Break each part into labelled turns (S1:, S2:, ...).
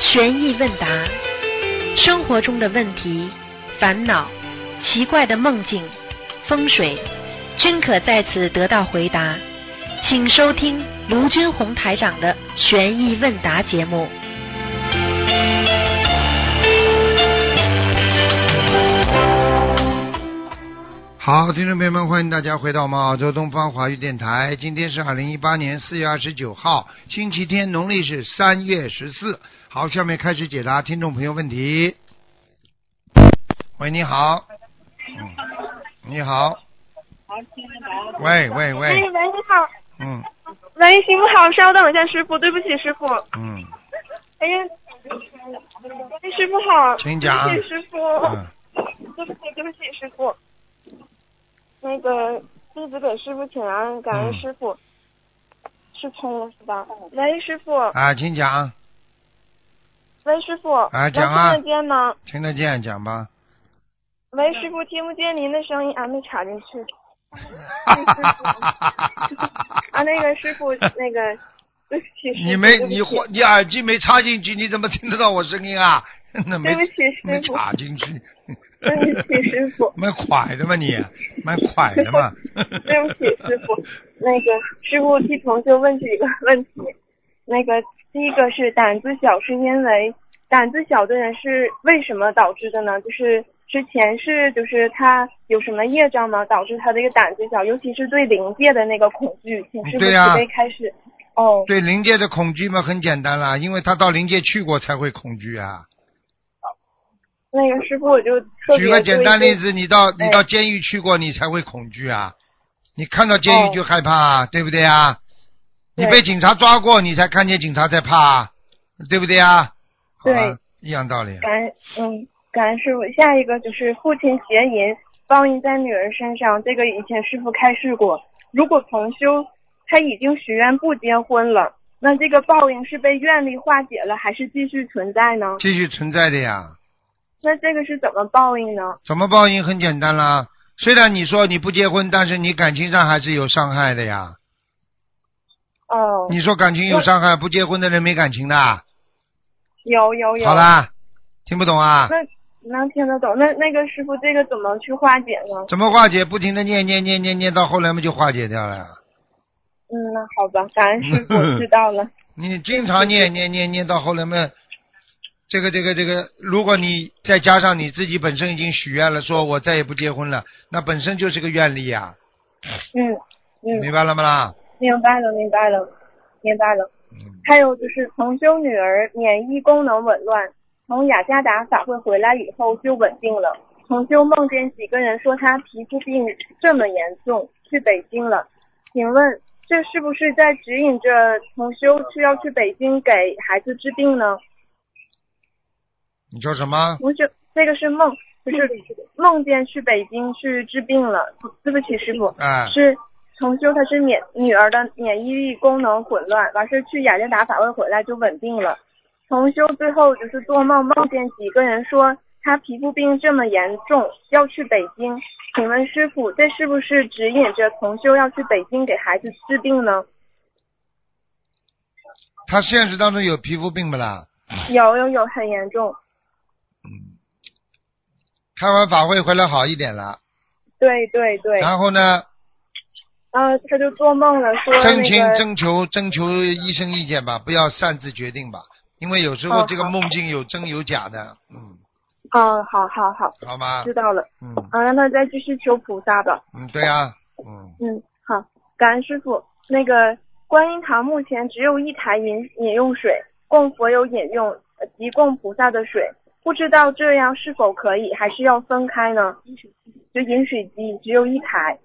S1: 悬疑问答，生活中的问题、烦恼、奇怪的梦境、风水，均可在此得到回答。请收听卢军红台长的悬疑问答节目。
S2: 好，听众朋友们，欢迎大家回到我们澳洲东方华语电台。今天是二零一八年四月二十九号，星期天，农历是三月十四。好，下面开始解答听众朋友问题。喂，你好。嗯。你好。喂喂
S3: 哎，
S2: 喂，
S3: 喂，你好，
S2: 嗯
S3: 喂，行不好，稍等一下，师傅，对不起，师傅。
S2: 嗯
S3: 哎呀，哎，师傅好，
S2: 请讲
S3: 对不起，师傅，
S2: 嗯，
S3: 对不起，对不起，师傅。那个弟子给师傅请安，感恩
S2: 嗯
S3: 师傅。是通了是吧？喂，师傅，
S2: 啊，请讲，
S3: 喂，师傅，
S2: 啊
S3: 能
S2: 讲啊
S3: 听得见吗？
S2: 听得见，讲吧。
S3: 喂，师傅，听不见您的声音，俺没插进 去。 啊，那个师傅，那个，对不起，师傅
S2: 你没
S3: 对不起
S2: 你话你耳机没插进去，你怎么听得到我声音啊？ 那没
S3: 对不起师傅
S2: 没插进去。
S3: 对不起师傅
S2: 蛮快的嘛你，蛮快的 嘛。
S3: 对不起，师傅，那个师傅替同学问几个问题。那个第一个是胆子小是因为胆子小的人是为什么导致的呢？就是之前是就是他有什么业障吗？导致他这个胆子小，尤其是对灵界的那个恐惧，请师傅
S2: 对呀
S3: 慈悲开始。哦
S2: 对灵界的恐惧嘛，很简单啦，因为他到灵界去过才会恐惧啊。
S3: 那个师傅我就特别
S2: 举个简单
S3: 对
S2: 例子，你到你
S3: 哎
S2: 到监狱去过，你才会恐惧啊。你看到监狱
S3: 哦
S2: 就害怕啊，对不对啊？你
S3: 对
S2: 被警察抓过，你才看见警察才怕啊，对不对啊？好了，一样道理啊。
S3: 感恩嗯，感恩师傅。下一个就是父亲邪淫报应在女人身上，这个以前师傅开示过。如果同修他已经许愿不结婚了，那这个报应是被愿力化解了，还是继续存在呢？
S2: 继续存在的呀。
S3: 那这个是怎么报应呢？
S2: 怎么报应很简单啦。虽然你说你不结婚，但是你感情上还是有伤害的呀。
S3: 哦，
S2: 你说感情有伤害，不结婚的人没感情的啊。
S3: 有有有。
S2: 好。啦，听不懂啊？
S3: 那能听得懂？那那个师傅，这个怎么去化解呢？
S2: 怎么化解？不停的念念念念念，到后来嘛就化解掉了呀。
S3: 嗯，那好吧，感恩师傅知道了。
S2: 你经常念念念念到后来嘛，这个这个这个，如果你再加上你自己本身已经许愿了，说我再也不结婚了，那本身就是个愿力呀、
S3: 嗯嗯。
S2: 明白了吗啦？
S3: 明白了，明白了，明白了。还有就是同修女儿免疫功能紊乱，从雅加达法会回来以后就稳定了。同修梦见几个人说她皮肤病这么严重，去北京了。请问这是不是在指引着同修去要去北京给孩子治病呢？
S2: 你说什么？
S3: 同修，这个是梦，就是梦见去北京去治病了。对不起，师傅。
S2: 哎，
S3: 是重修，他是免女儿的免疫力功能混乱，完事儿去雅加达法会回来就稳定了。重修最后就是做梦梦见几个人说他皮肤病这么严重，要去北京。请问师傅，这是不是指引着重修要去北京给孩子治病呢？
S2: 他现实当中有皮肤病不啦？
S3: 有有有，很严重。
S2: 开完法会回来好一点了，
S3: 对对对，
S2: 然后呢，
S3: 呃，他就做梦了，说
S2: 征
S3: 那
S2: 请
S3: 个，
S2: 征求征求医生意见吧，不要擅自决定吧，因为有时候
S3: 哦
S2: 这个
S3: 好
S2: 梦境有真有假的，嗯，
S3: 嗯，好好好，
S2: 好吗
S3: 知？道了，
S2: 嗯
S3: 啊，让他再继续求菩萨吧。
S2: 嗯，对呀、嗯，
S3: 嗯，好，感恩师傅。那个观音堂目前只有一台饮饮用水，供佛友饮用，呃即供菩萨的水。不知道这样是否可以，还是要分开呢？就饮水机只有一台。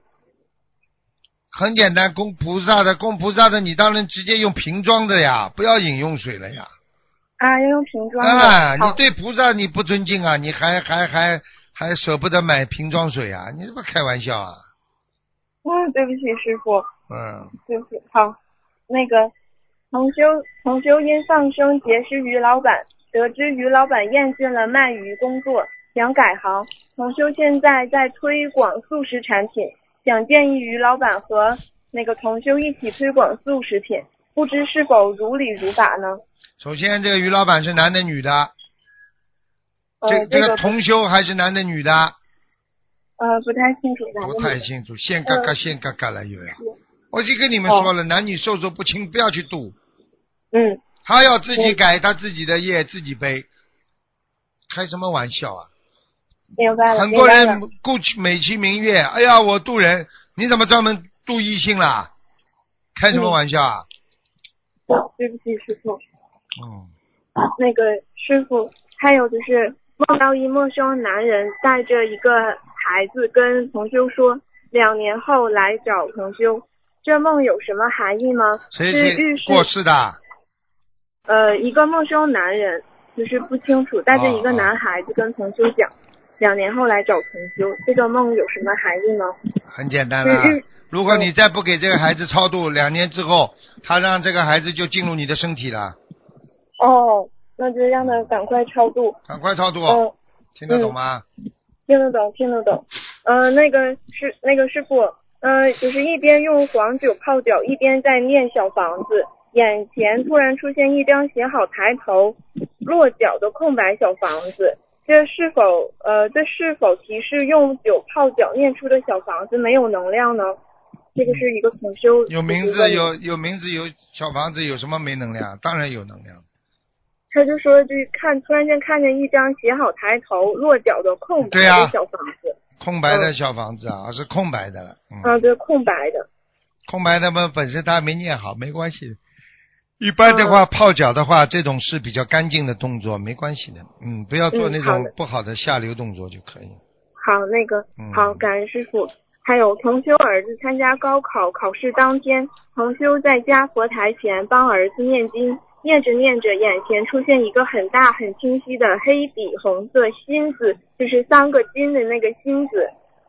S2: 很简单，供菩萨的供菩萨的，你当然直接用瓶装的呀，不要饮用水了呀。
S3: 啊，要用瓶装的。
S2: 啊，你
S3: 好，
S2: 对菩萨你不尊敬啊，你还还还还舍不得买瓶装水啊？你这不开玩笑啊？
S3: 嗯，对不起，师傅。
S2: 嗯，
S3: 对不起，好，那个同修同修因放生结识于老板，得知于老板厌倦了卖鱼工作，想改行。同修现在在推广素食产品，想建议于老板和那个同修一起推广素食品。不知是否如理如法呢？
S2: 首先，这个于老板是男的女的？
S3: 呃，
S2: 这
S3: 这个
S2: 个同修还是男的女的？
S3: 呃不太清楚男的
S2: 不
S3: 女
S2: 太
S3: 的。嗯
S2: 清楚，现嘎嘎现嘎嘎了又呀！我就跟你们
S3: 哦
S2: 说了，男女授受不亲，不要去赌，
S3: 嗯，
S2: 他要自己
S3: 对
S2: 改他自己的业，自己背。开什么玩笑啊！
S3: 明白了，
S2: 很
S3: 明
S2: 多
S3: 白了
S2: 人。顾其美其名曰，哎呀，我渡人，你怎么专门渡异性啦？开什么
S3: 嗯
S2: 玩笑啊？
S3: 对不起，师傅。
S2: 嗯，
S3: 那个师傅，还有就是梦到一陌生男人带着一个孩子跟同修说，两年后来找同修，这梦有什么含义吗？
S2: 谁
S3: 是预
S2: 谁
S3: 示
S2: 过世的啊？
S3: 呃一个陌生男人，就是不清楚带着一个男孩子跟同修讲，两年后来找同修，这个梦有什么含义吗？
S2: 很简单啦
S3: 是预。嗯
S2: 如果你再不给这个孩子超度，两年之后，他让这个孩子就进入你的身体了，
S3: 哦，那就让他赶快超度。
S2: 赶快超度，
S3: 嗯、
S2: 听得懂吗？
S3: 听得懂，听得懂。呃，那个是那个师傅，呃，就是一边用黄酒泡脚，一边在念小房子，眼前突然出现一张写好抬头落脚的空白小房子，这是否呃，这是否提示用酒泡脚念出的小房子没有能量呢？这个是一个同 修
S2: 有名
S3: 的
S2: 字，有有名字，有小房子，有什么没能量？当然有能量。
S3: 他就说这看突然间看见一张写好抬头落脚的空白
S2: 对
S3: 的
S2: 啊
S3: 小房子，
S2: 空白
S3: 嗯
S2: 的小房子啊，是空白的了。
S3: 啊，
S2: 嗯，
S3: 对，空白的，
S2: 空白的嘛，本身他没念好，没关系。一般的
S3: 嗯
S2: 话，泡脚的话，这种是比较干净的动作，没关系的。嗯，不要做
S3: 嗯
S2: 那
S3: 好
S2: 种
S3: 的
S2: 不好的下流动作就可以。
S3: 好，那个
S2: 嗯
S3: 好，感恩师傅。还有同修儿子参加高考考试当天，同修在家佛台前帮儿子念经，念着念着，眼前出现一个很大很清晰的黑底红色心字，就是三个金的那个心字。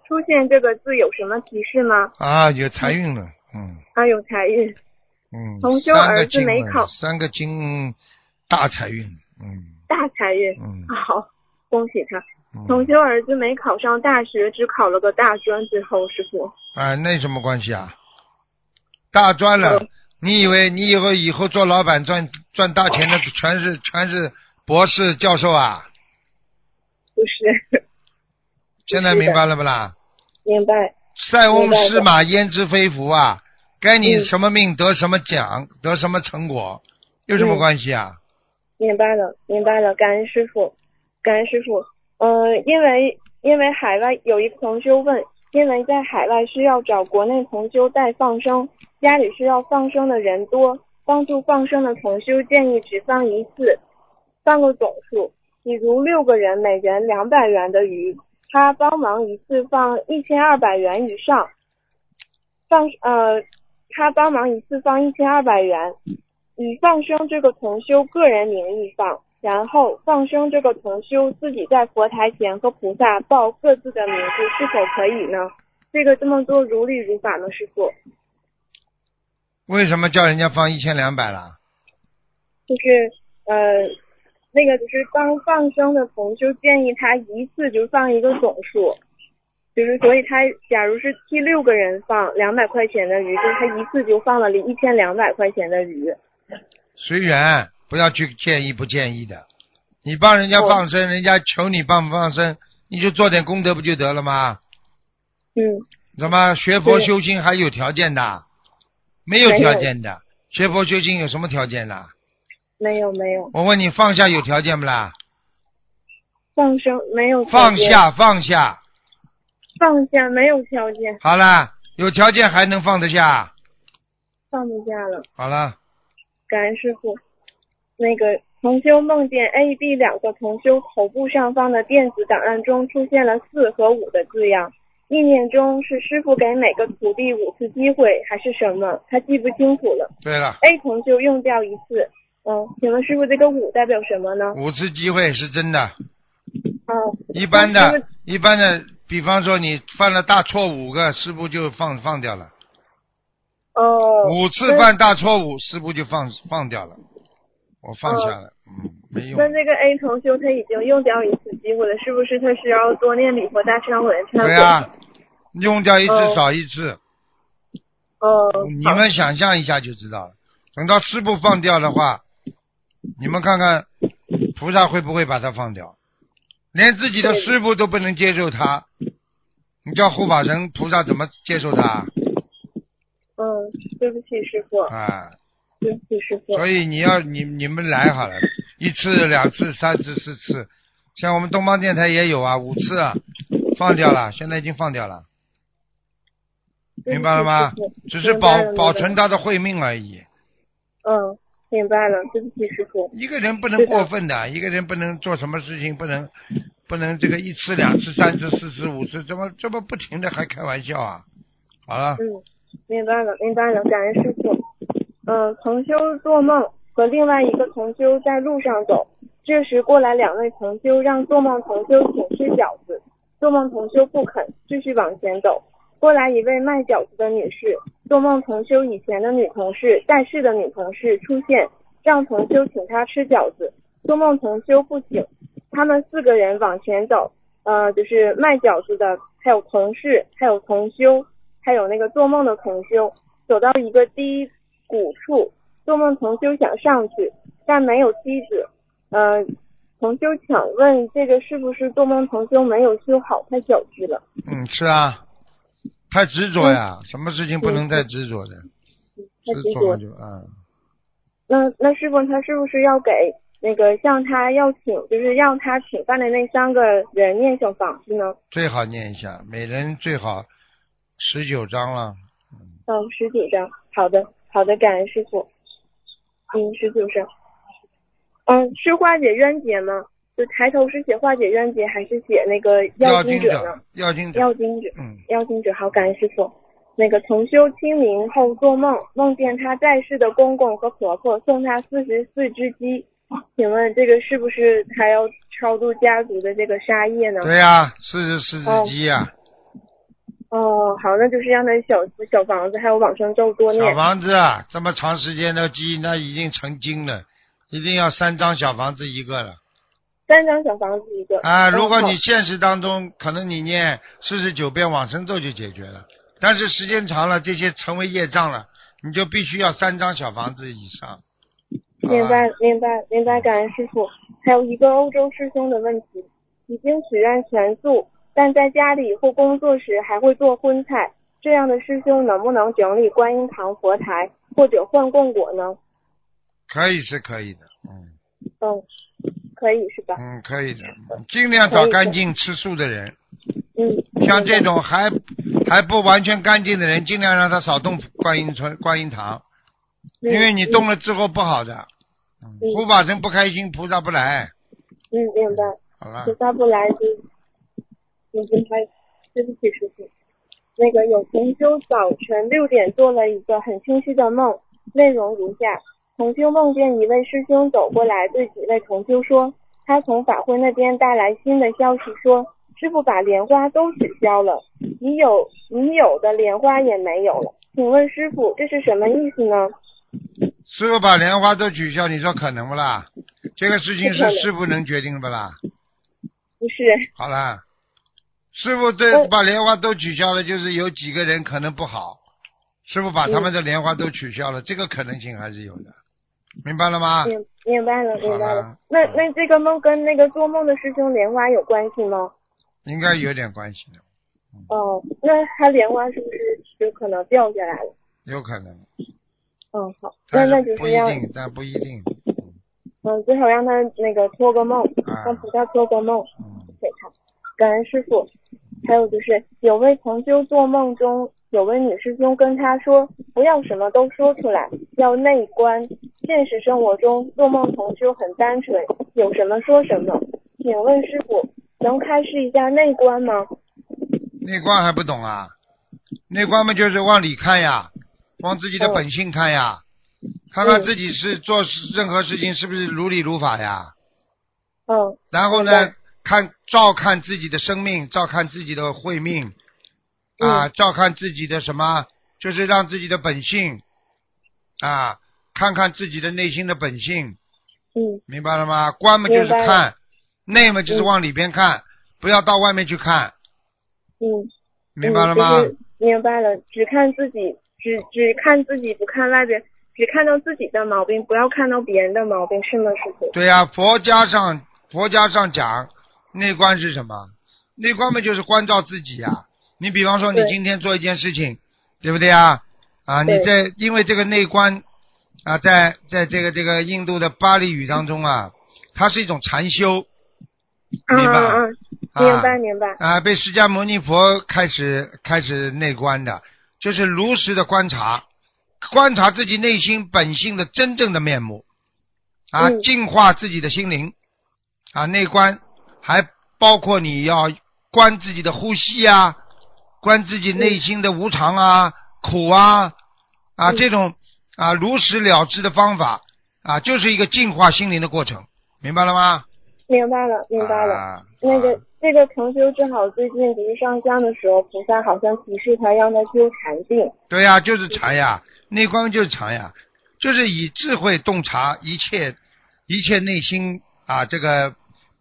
S3: 出现这个字有什么提示吗？
S2: 啊，有财运了。嗯
S3: 啊，有财运。
S2: 嗯，
S3: 同修
S2: 三个
S3: 儿子
S2: 金
S3: 没
S2: 了
S3: 考
S2: 三个金大财运。嗯
S3: 大财运。啊
S2: 嗯
S3: 好，恭喜他。
S2: 嗯。
S3: 同修儿子没考上大学，只考了个大专，最后师傅。
S2: 啊，那有什么关系啊？大赚了，
S3: 嗯
S2: 你以为你以后以后做老板赚赚大钱的全是全是博士教授啊？
S3: 就是，
S2: 现在明白了不啦？
S3: 明白。
S2: 塞翁
S3: 明白的
S2: 失马，焉知非福啊！该你
S3: 嗯
S2: 什么命得什么奖，得什么成果，有什么
S3: 嗯
S2: 关系啊？
S3: 明白了，明白了，感恩师傅，感恩师傅。呃，因为因为海外有一同修问，因为在海外需要找国内同修带放生，家里需要放生的人多，帮助放生的同修建议只放一次，放个总数，比如六个人，每人两百元的鱼，他帮忙一次放一千二百元以上，放呃，他帮忙一次放一千二百元，以放生这个同修个人名义放，然后放生这个同修自己在佛台前和菩萨报各自的名字，是否可以呢？这个这么做如理如法呢，师傅？
S2: 为什么叫人家放一千两百啦？
S3: 就是呃，那个就是帮放生的同修建议他一次就放一个总数，就是所以他假如是替六个人放两百块钱的鱼，就是他一次就放了一千两百块钱的鱼。
S2: 随缘，不要去建议不建议的。你帮人家
S3: 哦
S2: 放生，人家求你帮放生，你就做点功德不就得了吗？
S3: 嗯，
S2: 怎么学佛
S3: 对
S2: 修心还有条件的？没有
S3: 没有
S2: 条件的，学佛修心有什么条件的？
S3: 没有没有，
S2: 我问你，放下有条件不啦？
S3: 放生没有条
S2: 放
S3: 件
S2: 下，放下，
S3: 放下没有条件，
S2: 好啦，有条件还能放得下？
S3: 放不下了。
S2: 好了，
S3: 感恩师傅。那个同修梦见 A、B 两个同修头部上方的电子档案中出现了四和五的字样，意念中是师傅给每个徒弟五次机会，还是什么？他记不清楚了。
S2: 对了，
S3: A 同修用掉一次，嗯，请问师傅这个五代表什么呢？
S2: 五次机会是真的，
S3: 嗯，
S2: 一般
S3: 那师
S2: 的
S3: 傅，
S2: 一般的，比方说你犯了大错五个，师傅就放放掉了；
S3: 哦，
S2: 五次犯大错误，师傅就放放掉了。我放下了，嗯，没用
S3: 那。这个 A 同修他已经用掉一次机会了，是不是他需要多念礼佛大忏悔？
S2: 对啊呀、用掉一次
S3: 哦
S2: 少一次，
S3: 哦，
S2: 你
S3: 好
S2: 们想象一下就知道了。等到师傅放掉的话，你们看看菩萨会不会把他放掉？连自己的师傅都不能接受他，你叫护法神菩萨怎么接受他
S3: 嗯，对不起，师傅，
S2: 啊？
S3: 对不起，师傅。
S2: 所以你要你你们来好了，一次、两次、三次、四次，像我们东方电台也有啊，五次啊，放掉了，现在已经放掉了，
S3: 对不起
S2: 明白了吗
S3: 师傅？
S2: 只是
S3: 明
S2: 保
S3: 白了
S2: 保
S3: 明白
S2: 存
S3: 了
S2: 他的慧命而已。
S3: 嗯，明白了，对不起，师傅。
S2: 一个人不能
S3: 对的
S2: 过分的，一个人不能做什么事情，不能不能这个一次、两次、三次、四次、五次，这么这么不停的还开玩笑啊？好了，
S3: 嗯，明白了，明白了，感恩师傅。嗯，同修做梦和另外一个同修在路上走，这时过来两位同修让做梦同修请吃饺子，做梦同修不肯，继续往前走。过来一位卖饺子的女士，做梦同修以前的女同事在世的女同事出现，让同修请她吃饺子，做梦同修不请，他们四个人往前走，呃，就是卖饺子的，还有同事，还有同修，还有那个做梦的同修，走到一个低谷处，做梦同修想上去，但没有梯子。呃，同修想问，这个是不是做梦同修没有修好，太小气了？
S2: 嗯，是啊，太执着呀，
S3: 嗯
S2: 什么事情不能太执着的，执
S3: 太执
S2: 着
S3: 着。
S2: 就啊，
S3: 那那师傅他是不是要给那个向他要请，就是让他请饭的那三个人念小房子呢？
S2: 最好念一下，每人最好十九章了。
S3: 嗯，十九张。好的，好的，感恩师傅。嗯，十九张。嗯，是化解冤结吗？就抬头是写化解冤结，还是写那个
S2: 要
S3: 要
S2: 经
S3: 经者呢？，
S2: 要经者，
S3: 要经者，
S2: 嗯，
S3: 要经者。好，感恩师傅。那个同修清明后做梦，梦见他在世的公公和婆婆送他四十四只鸡，请问这个是不是还要超度家族的这个杀业呢？
S2: 对呀，四十四
S3: 哦
S2: 只鸡呀，
S3: 哦，好，那就是让他小小房子还有往生咒多
S2: 小
S3: 念。
S2: 房子啊，这么长时间的鸡，那已经成精了，一定要三张小房子一个了。
S3: 三张小房子一 个。
S2: 啊，
S3: 嗯
S2: 如果
S3: 好
S2: 你现实当中可能你念四十九遍往生咒就解决了，但是时间长了，这些成为业障了，你就必须要三张小房子以上。啊好吧
S3: 明白，明白，明白，感恩师傅。还有一个欧洲师兄的问题，已经许愿全素，但在家里或工作时还会做荤菜，这样的师兄能不能整理观音堂佛台或者换供果呢？
S2: 可以是可以的，嗯
S3: 嗯，可以是吧？
S2: 嗯，可以的，尽量找干净吃素的人，
S3: 嗯，
S2: 像这
S3: 明白
S2: 种还还不完全干净的人，尽量让他少动观音村观音堂，因为你动了之后不好的，嗯
S3: 嗯
S2: 护法神不开心，菩萨不来，
S3: 嗯，嗯明白。
S2: 好了
S3: 就，发不来就，已经开，对不起师傅。那个有同修早晨六点做了一个很清晰的梦，内容如下：同修梦见一位师兄走过来，对几位同修说，他从法会那边带来新的消息说，师傅把莲花都取消了，已有已有的莲花也没有了。请问师傅，这是什么意思呢？
S2: 师傅把莲花都取消，你说可能不 啦？这个事情
S3: 不可
S2: 是
S3: 能
S2: 师傅能决定的不啦？
S3: 不是，
S2: 好啦，师傅对
S3: 我
S2: 把莲花都取消了，就是有几个人可能不好，师傅把他们的莲花都取消了，
S3: 嗯
S2: 这个可能性还是有的，明白了吗？
S3: 明明白了，明白
S2: 啊好了
S3: 了。那那这个梦跟那个做梦的师兄莲花有关系吗？
S2: 应该有点关系的，
S3: 哦，那它莲花是不是有可能掉下来了？
S2: 有可能，
S3: 嗯，好，那
S2: 但
S3: 那
S2: 是
S3: 就
S2: 不
S3: 是
S2: 一
S3: 要，
S2: 定，但不一定，
S3: 嗯，最好让他那个托个梦，
S2: 啊
S3: 让菩萨托个梦
S2: 嗯，
S3: 给他。感恩师傅。还有就是，有位同修做梦中，有位女师兄跟他说，不要什么都说出来，要内观。现实生活中，做梦同修很单纯，有什么说什么。请问师傅，能开示一下内观吗？
S2: 内观还不懂啊？内观嘛，就是往里看呀，往自己的
S3: 嗯
S2: 本性看呀，看看
S3: 嗯
S2: 自己是做事任何事情是不是如理如法呀。
S3: 嗯
S2: 然后
S3: 明
S2: 呢
S3: 白，
S2: 看照看自己的生命，照看自己的慧命，
S3: 嗯
S2: 啊，照看自己的什么，就是让自己的本性，啊，看看自己的内心的本性，
S3: 嗯
S2: 明白了吗？观嘛就是
S3: 明白了
S2: 看，内嘛就是
S3: 嗯
S2: 往里边看，不要到外面去看，
S3: 嗯。
S2: 明白了吗？
S3: 嗯就是、明白了，只看自己，只只看自己，不看外边。只看到自己的毛病，不要看到别人的毛病，是吗，师傅？
S2: 对呀、佛家上佛家上讲内观是什么？内观嘛就是关照自己呀、你比方说你
S3: 对
S2: 今天做一件事情，对不对呀？啊，你
S3: 对
S2: 在因为这个内观啊，在在这个这个印度的巴利语当中啊，它是一种禅修
S3: 嗯
S2: 明白
S3: 嗯嗯，
S2: 啊。
S3: 明白明白。
S2: 啊，被释迦牟尼佛开始开始内观的，就是如实的观察，观察自己内心本性的真正的面目，啊，
S3: 嗯
S2: 净化自己的心灵，啊，内观还包括你要观自己的呼吸啊，观自己内心的无常啊、苦啊，啊、
S3: 嗯
S2: 这种啊如实了知的方法啊，就是一个净化心灵的过程，明白了吗？
S3: 明白了，明白了。
S2: 啊、
S3: 那
S2: 啊
S3: 个这个同修正好最近不是上香的时候，菩萨好像提示他让他修禅定。
S2: 对呀、就是禅呀，内观就是禅呀，就是以智慧洞察一切一切内心啊这个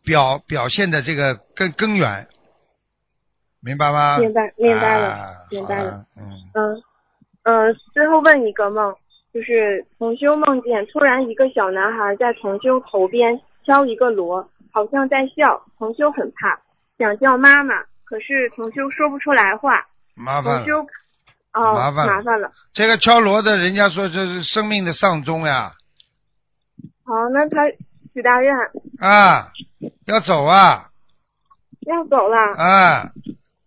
S2: 表表现的这个根根源，明白吗？
S3: 明白明白了
S2: 啊
S3: 明白了
S2: 好嗯，
S3: 嗯，呃，最后问一个梦，就是同修梦见突然一个小男孩在同修头边敲一个锣，好像在笑，同修很怕，想叫妈妈，可是同修说不出来话，
S2: 麻烦
S3: 同
S2: 了。
S3: 修哦
S2: 麻烦了
S3: 麻烦了。
S2: 这个敲锣的，人家说这是生命的丧钟呀，
S3: 好，那他许大愿
S2: 啊，要走啊，
S3: 要走了，
S2: 啊，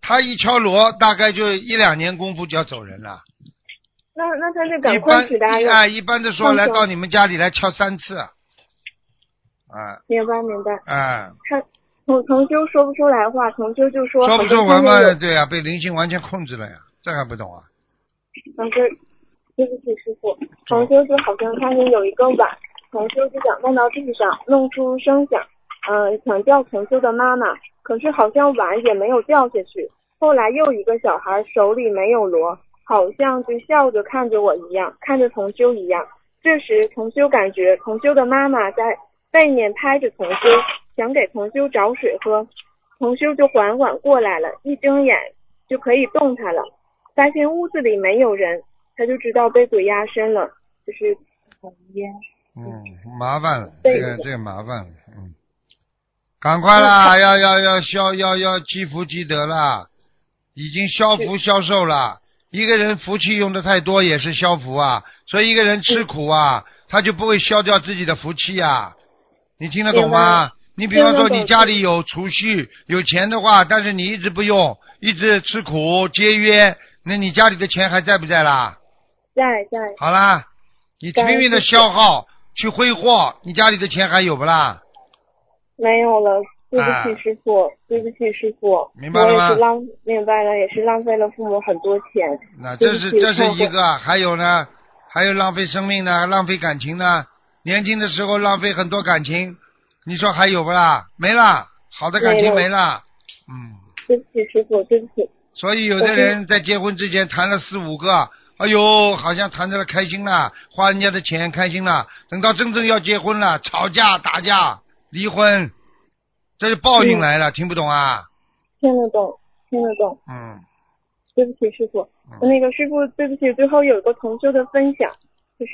S2: 他一敲锣，大概就一两年功夫就要走人了。
S3: 那那他就
S2: 一
S3: 赶快
S2: 般
S3: 许大
S2: 一
S3: 愿。
S2: 啊，一般的说
S3: 放
S2: 来
S3: 手
S2: 到你们家里来敲三次，啊
S3: 明白明白，
S2: 啊，
S3: 他同同修说不出来话，同修就说
S2: 说
S3: 好
S2: 不
S3: 像
S2: 说完
S3: 看见
S2: 嘛
S3: 有，
S2: 对啊，被灵性完全控制了呀，这还不懂啊？
S3: 同修，对不起师傅，同修就好像看见有一个碗，同修就想放到地上，弄出声响，呃，想叫同修的妈妈，可是好像碗也没有掉下去。后来又一个小孩手里没有锣，好像就笑着看着我一样，看着同修一样。这时同修感觉同修的妈妈在背面拍着同修，想给同修找水喝，同修就缓缓过来了，一睁眼就可以动弹了。发现屋子里没有人，他就知道被鬼压身了，就是红烟。
S2: 嗯，麻烦了，这
S3: 对
S2: 个这个麻烦了，嗯，赶快啦，要要要消要要积福积德啦，已经消福消受啦。一个人福气用的太多也是消福啊，所以一个人吃苦啊，他就不会消掉自己的福气啊。你听得懂吗？你比方说你家里有储蓄、有钱的话，但是你一直不用，一直吃苦节约，那你家里的钱还在不在啦？
S3: 在在
S2: 好啦，你拼命的消耗去挥霍，你家里的钱还有不啦？
S3: 没有了，对不
S2: 啊
S3: 起师傅，对不起师傅，
S2: 明白了吗
S3: 我也是浪明白了，也是浪费了父母很多钱。
S2: 那
S3: 对
S2: 这
S3: 不
S2: 是
S3: 起
S2: 这是
S3: 忏悔
S2: 一个，还有呢，还有浪费生命呢，浪费感情呢。年轻的时候浪费很多感情，你说还有不啦？没啦，好的感情
S3: 没
S2: 没啦。嗯，
S3: 对不起师傅，对不起，
S2: 所以有的人在结婚之前谈了四五个，哎呦，好像谈着了开心了，花人家的钱开心了，等到真正要结婚了，吵架打架离婚，这是报应
S3: 嗯
S2: 来了，听不懂啊？
S3: 听得懂，听得懂，
S2: 嗯。
S3: 对不起师傅。
S2: 嗯
S3: 那个师傅，对不起，最后有一个同修的分享，就是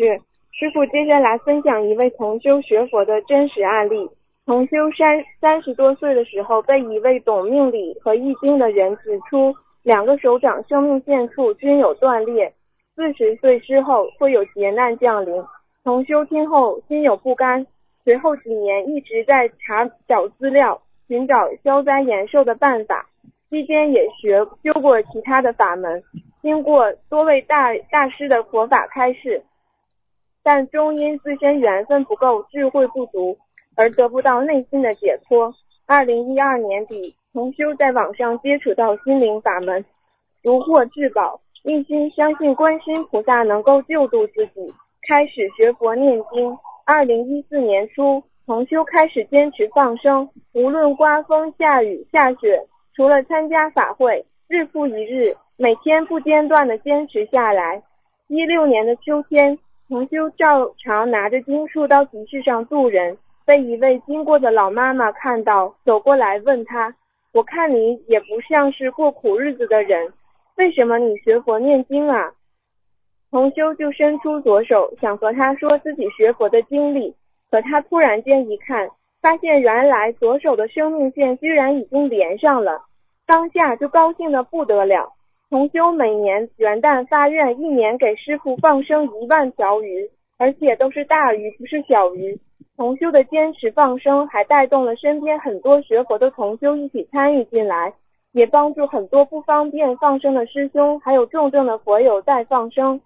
S3: 师傅接下来分享一位同修学佛的真实案例。同修三三十多岁的时候，被一位懂命理和易经的人指出，两个手掌生命线处均有断裂，四十岁之后会有劫难降临。同修听后心有不甘，随后几年一直在查找资料，寻找消灾延寿的办法，期间也学修过其他的法门。经过多位大大师的佛法开示，但终因自身缘分不够、智慧不足，而得不到内心的解脱。二零一二年底，同修在网上接触到心灵法门，如获至宝，一心相信观世音菩萨能够救度自己，开始学佛念经。二零一四年初，同修开始坚持放生，无论刮风下雨下雪，除了参加法会，日复一日，每天不间断的坚持下来。一六年的秋天，同修照常拿着经书到集市上渡人，被一位经过的老妈妈看到，走过来问他：“我看你也不像是过苦日子的人，为什么你学佛念经啊？”同修就伸出左手想和他说自己学佛的经历，可他突然间一看，发现原来左手的生命线居然已经连上了，当下就高兴的不得了。同修每年元旦发愿，一年给师傅放生一万条鱼，而且都是大鱼，不是小鱼。同修的坚持放生，还带动了身边很多学佛的同修一起参与进来，也帮助很多不方便放生的师兄，还有重症的佛友在放生。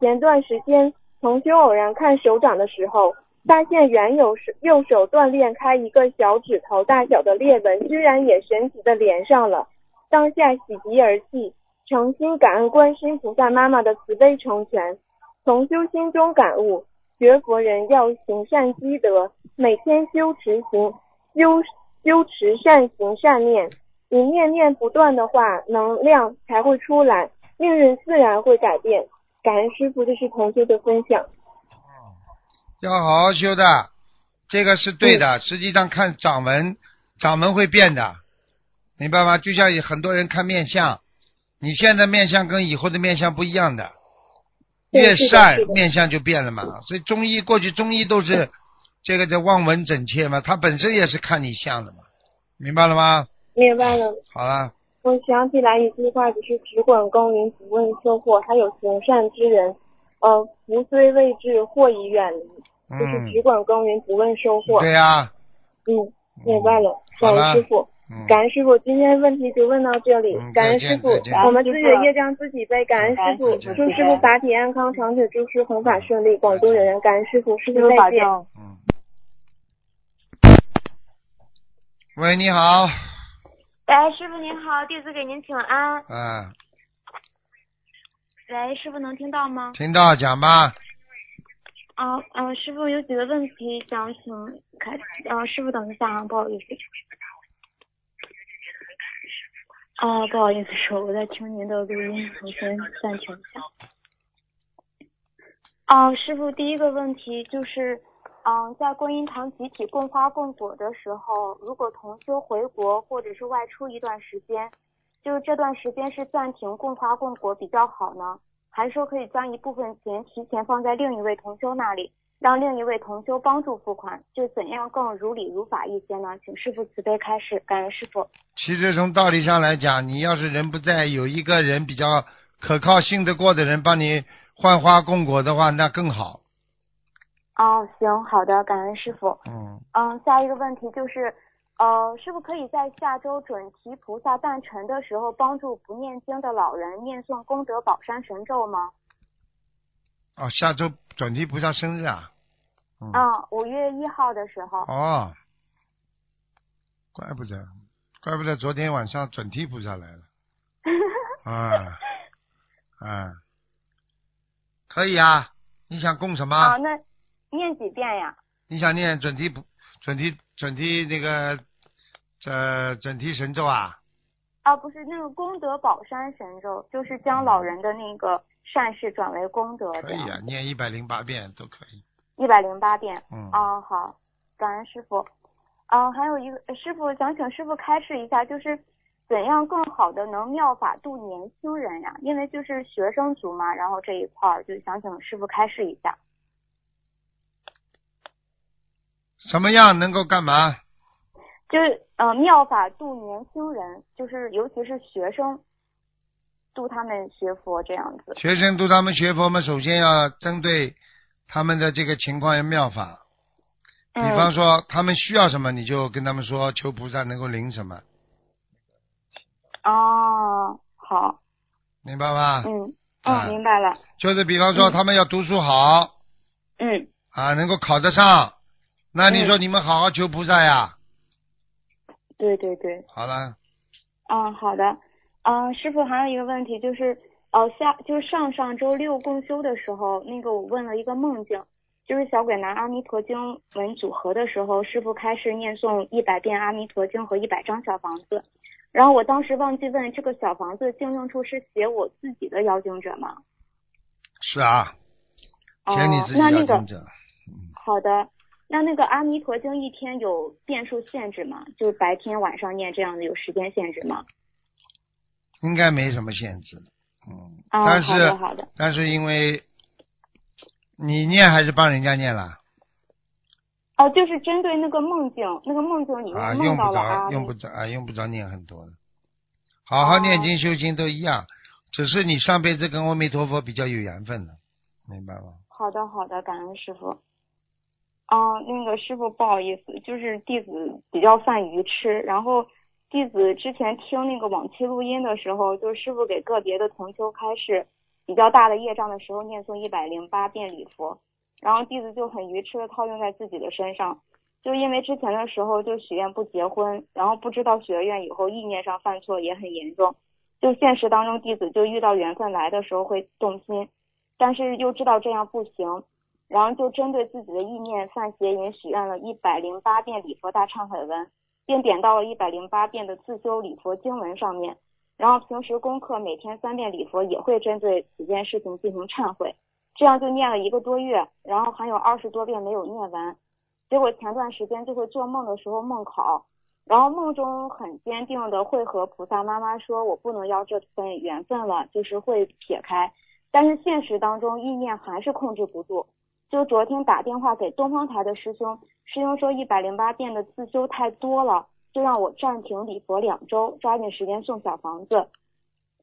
S3: 前段时间，同修偶然看手掌的时候，发现原有手右手锻炼开一个小指头大小的裂纹，居然也神奇的连上了，当下喜极而泣，诚心感恩观世音菩萨妈妈的慈悲成全。同修心中感悟。学佛人要行善积德，每天修持行修修持善行善念，你念念不断的话，能量才会出来，命运自然会改变。感恩师傅，这是同修的分享。
S2: 要好好修的，这个是对
S3: 嗯
S2: 的。实际上看掌纹，掌纹会变的，明白吗？就像有很多人看面相，你现在面相跟以后的面相不一样的。
S3: 对
S2: 越
S3: 是的
S2: 善
S3: 是的
S2: 面相就变了嘛。所以中医过去中医都是这个叫望闻诊切嘛，它本身也是看你相的嘛，明白了吗？
S3: 明白了，
S2: 好了，
S3: 我想起来一句话，就是只管耕耘，不问收获。还有行善之人，呃，福虽未至，祸已远离。就是
S2: 嗯
S3: 只，管耕耘，不问收获。
S2: 对呀、
S3: 嗯，明白了，
S2: 好
S3: 感
S2: 了
S3: 恩师傅。
S2: 嗯，
S3: 感恩师傅，今天问题就问到这里。
S2: 嗯
S3: 感恩
S2: 再
S3: 师
S2: 见
S3: 傅
S2: 再见，
S3: 我们自己的业障自己背。感恩师傅，
S2: 再见
S3: 祝师傅法体安康，长久住世，弘法顺利，广度人人。感恩师傅，师
S4: 师
S3: 傅
S4: 傅
S3: 再
S4: 保
S3: 见。
S4: 重。
S2: 嗯。喂，你好，
S5: 喂，哎师傅您好，弟子给您请安。
S2: 嗯，
S5: 喂，师傅能听到吗？
S2: 听到讲吧，
S5: 啊，呃，师傅有几个问题想请开，呃，师傅等一下啊，不好意思。啊，不好意思，师傅，我在听您的录音，我先暂停一下。啊，师傅，第一个问题就是，嗯、在观音堂集体供花供果的时候，如果同修回国或者是外出一段时间，就是这段时间是暂停供花供果比较好呢，还说可以将一部分钱提前放在另一位同修那里，让另一位同修帮助付款，就怎样更如理如法一些呢？请师傅慈悲开示，感恩师傅。
S2: 其实从道理上来讲，你要是人不在，有一个人比较可靠、信得过的人帮你换花供果的话，那更好。
S5: 哦，行，好的，感恩师傅。
S2: 嗯，
S5: 嗯，下一个问题就是，呃，师傅可以在下周准提菩萨诞辰的时候，帮助不念经的老人念诵功德宝山神咒吗？
S2: 哦，下周转提菩萨生日啊。嗯。
S5: 嗯，五月一号的时候。
S2: 哦，怪不得，怪不得昨天晚上准提菩萨来了。啊啊，可以啊！你想供什么？
S5: 啊，那念几遍呀？
S2: 你想念准提不准提准提那个呃准提神咒啊？
S5: 啊，不是那个功德宝山神咒，就是将老人的那个善事转为功德
S2: 嗯可
S5: 这
S2: 以
S5: 样。
S2: 啊，念一百零八遍都可以。
S5: 一百零八遍。
S2: 嗯，
S5: 啊，好，感恩师傅。啊，还有一个呃师傅想请师傅开示一下，就是怎样更好的能妙法度年轻人呀？因为就是学生族嘛，然后这一块儿就想请师傅开示一下。
S2: 什么样能够干嘛？
S5: 就是呃，妙法度年轻人，就是尤其是学生，度他们学佛这样子。
S2: 学生督他们学佛嘛，首先要针对他们的这个情况要妙法。比
S5: 嗯
S2: 方说，他们需要什么，你就跟他们说，求菩萨能够领什么，
S5: 哦，好，
S2: 明白吧？
S5: 嗯，
S2: 啊
S5: 哦，明白了，
S2: 就是比方说，他们要读书好
S5: 嗯，
S2: 啊，能够考得上，那你说你们好好求菩萨呀。
S5: 对对对。
S2: 好了，
S5: 嗯，好的。嗯，师傅还有一个问题就是，呃，下就是上上周六共修的时候，那个我问了一个梦境，就是小鬼拿《阿弥陀经》文组合的时候，师傅开始念诵一百遍《阿弥陀经》和一百张小房子，然后我当时忘记问这个小房子净用处是写我自己的邀请者吗？
S2: 是啊，
S5: 哦
S2: 写你自己
S5: 那
S2: 要
S5: 那个
S2: 听着。
S5: 好的。那那个《阿弥陀经》一天有遍数限制吗？就是白天晚上念这样的有时间限制吗？
S2: 应该没什么限制，嗯，
S5: 哦
S2: 但
S5: 好
S2: 是
S5: 的好的，
S2: 但是因为你念还是帮人家念了
S5: 哦，就是针对那个梦境，那个梦境里
S2: 啊，
S5: 面
S2: 用
S5: 梦
S2: 不
S5: 到了
S2: 着
S5: 啊，
S2: 用不着啊，用不着念很多的，好好念
S5: 哦
S2: 经修心都一样，只是你上辈子跟阿弥陀佛比较有缘分了，明白吗？
S5: 好的，好的，感恩师傅。哦，那个师傅不好意思，就是弟子比较犯愚痴，然后弟子之前听那个往期录音的时候，就是师傅给个别的同修开示比较大的业障的时候，念诵一百零八遍礼佛，然后弟子就很愚痴的套用在自己的身上，就因为之前的时候就许愿不结婚，然后不知道许了愿以后意念上犯错也很严重，就现实当中弟子就遇到缘分来的时候会动心，但是又知道这样不行，然后就针对自己的意念犯邪淫，许愿了一百零八遍礼佛大忏悔文，并点到了一百零八遍的自修礼佛经文上面。然后平时功课每天三遍礼佛也会针对此件事情进行忏悔，这样就念了一个多月，然后还有二十多遍没有念完。结果前段时间就会做梦的时候梦考，然后梦中很坚定的会和菩萨妈妈说，我不能要这份缘分了，就是会撇开。但是现实当中意念还是控制不住。就昨天打电话给东方台的师兄，师兄说一百零八遍的自修太多了，就让我暂停礼佛两周，抓紧时间送小房子。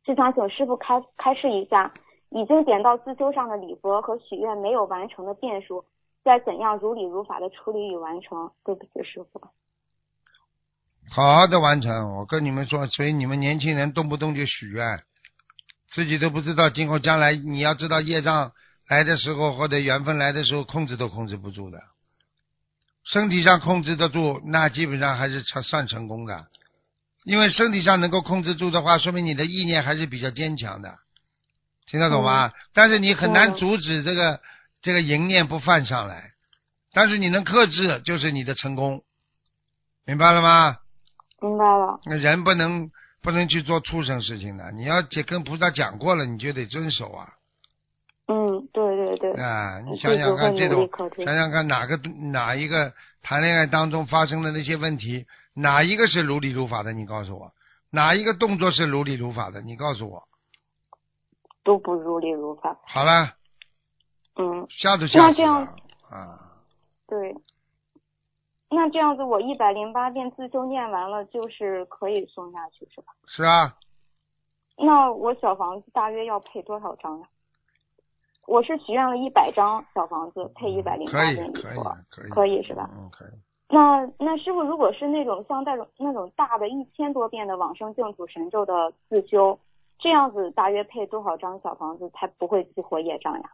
S5: 就想请师傅开开示一下，已经点到自修上的礼佛和许愿没有完成的变数，该怎样如理如法的处理与完成？对不起，师傅。
S2: 好好的完成。我跟你们说，所以你们年轻人动不动就许愿，自己都不知道今后将来你要知道业障来的时候或者缘分来的时候控制都控制不住的，身体上控制得住，那基本上还是成算成功的，因为身体上能够控制住的话，说明你的意念还是比较坚强的，听得懂吗？但是你很难
S5: 嗯
S2: 阻止这个、这个淫念不犯上来，但是你能克制，就是你的成功，明白了吗？
S5: 明白了，
S2: 那人不能不能去做畜生事情的，你要解跟菩萨讲过了，你就得遵守啊
S5: 嗯，对对对，
S2: 啊！你
S5: 弟
S2: 想
S5: 子
S2: 想
S5: 会
S2: 看，这
S5: 努
S2: 种
S5: 力克制。
S2: 想想看哪个哪一个谈恋爱当中发生的那些问题，哪一个是如理如法的？你告诉我，哪一个动作是如理如法的？你告诉我。
S5: 都不如理如法。
S2: 好了，
S5: 嗯，
S2: 吓都吓
S5: 那
S2: 死
S5: 这样
S2: 了啊！
S5: 对。那这样子，我一百零八遍自修念完了，就是可以送下去，是吧？
S2: 是啊，
S5: 那我小房子大约要配多少张呀？我是许愿了一百张小房子，配一百零
S2: 可
S5: 八
S2: 以
S5: 遍礼
S2: 可以
S5: 佛。
S2: 可以
S5: 可以是吧
S2: 嗯，可以。
S5: 那那师傅，如果是那种像那种那种大的一千多遍的往生净土神咒的自修，这样子大约配多少张小房子才不会激活业障呀？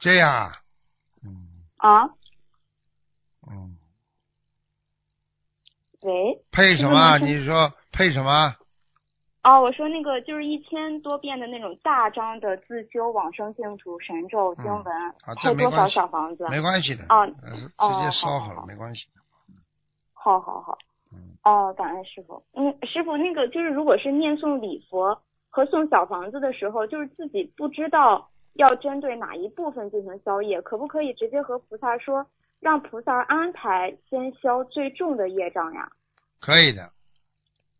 S2: 这样啊，嗯
S5: 啊？
S2: 嗯，
S5: 喂？
S2: 配什
S5: 这个
S2: 么啊？
S5: 男生
S2: 你说配什么啊？
S5: 哦，我说那个就是一千多遍的那种大章的自修往生净土神咒经文，
S2: 啊这没
S5: 配多少
S2: 关系
S5: 小房子？
S2: 没关系的，
S5: 哦
S2: 呃
S5: 哦
S2: 直接烧好
S5: 好好
S2: 了，
S5: 好
S2: 没关系。
S5: 好好好。
S2: 嗯
S5: 哦，感恩师傅。嗯，师傅，那个就是如果是念诵礼佛和送小房子的时候，就是自己不知道要针对哪一部分进行消业，可不可以直接和菩萨说，让菩萨安排先消最重的业障呀？
S2: 可以的，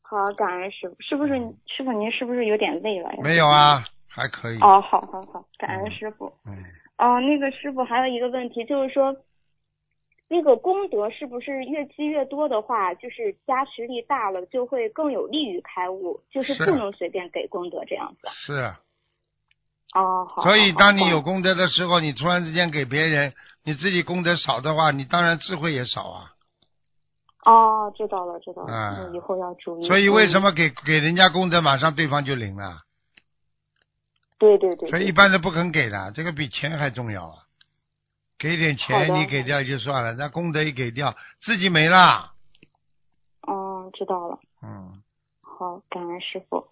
S5: 好，感恩师傅。是不是师傅您是不是有点累了呀？
S2: 嗯没有啊，还可以。
S5: 哦，好好好，感恩师傅。
S2: 嗯，
S5: 哦，那个师傅还有一个问题，就是说，那个功德是不是越积越多的话，就是加持力大了，就会更有利于开悟，就是
S2: 是
S5: 不能随便给功德这样子。
S2: 是啊。
S5: 哦，好。
S2: 所以，
S5: 好
S2: 当你有
S5: 好
S2: 功德的时候，你突然之间给别人，你自己功德少的话，你当然智慧也少啊。
S5: 哦，知道了，知道了，
S2: 啊
S5: 嗯以后要注意。
S2: 所以，为什
S5: 嗯？
S2: 么给给人家功德，马上对方就领了？
S5: 对对对。
S2: 所以，一
S5: 对
S2: 般人不肯给的，这个比钱还重要啊。给点
S5: 好
S2: 钱
S5: 的
S2: 你给掉就算了，那功德一给掉，自己没啦。
S5: 嗯，知道了。
S2: 嗯，
S5: 好，感恩师傅。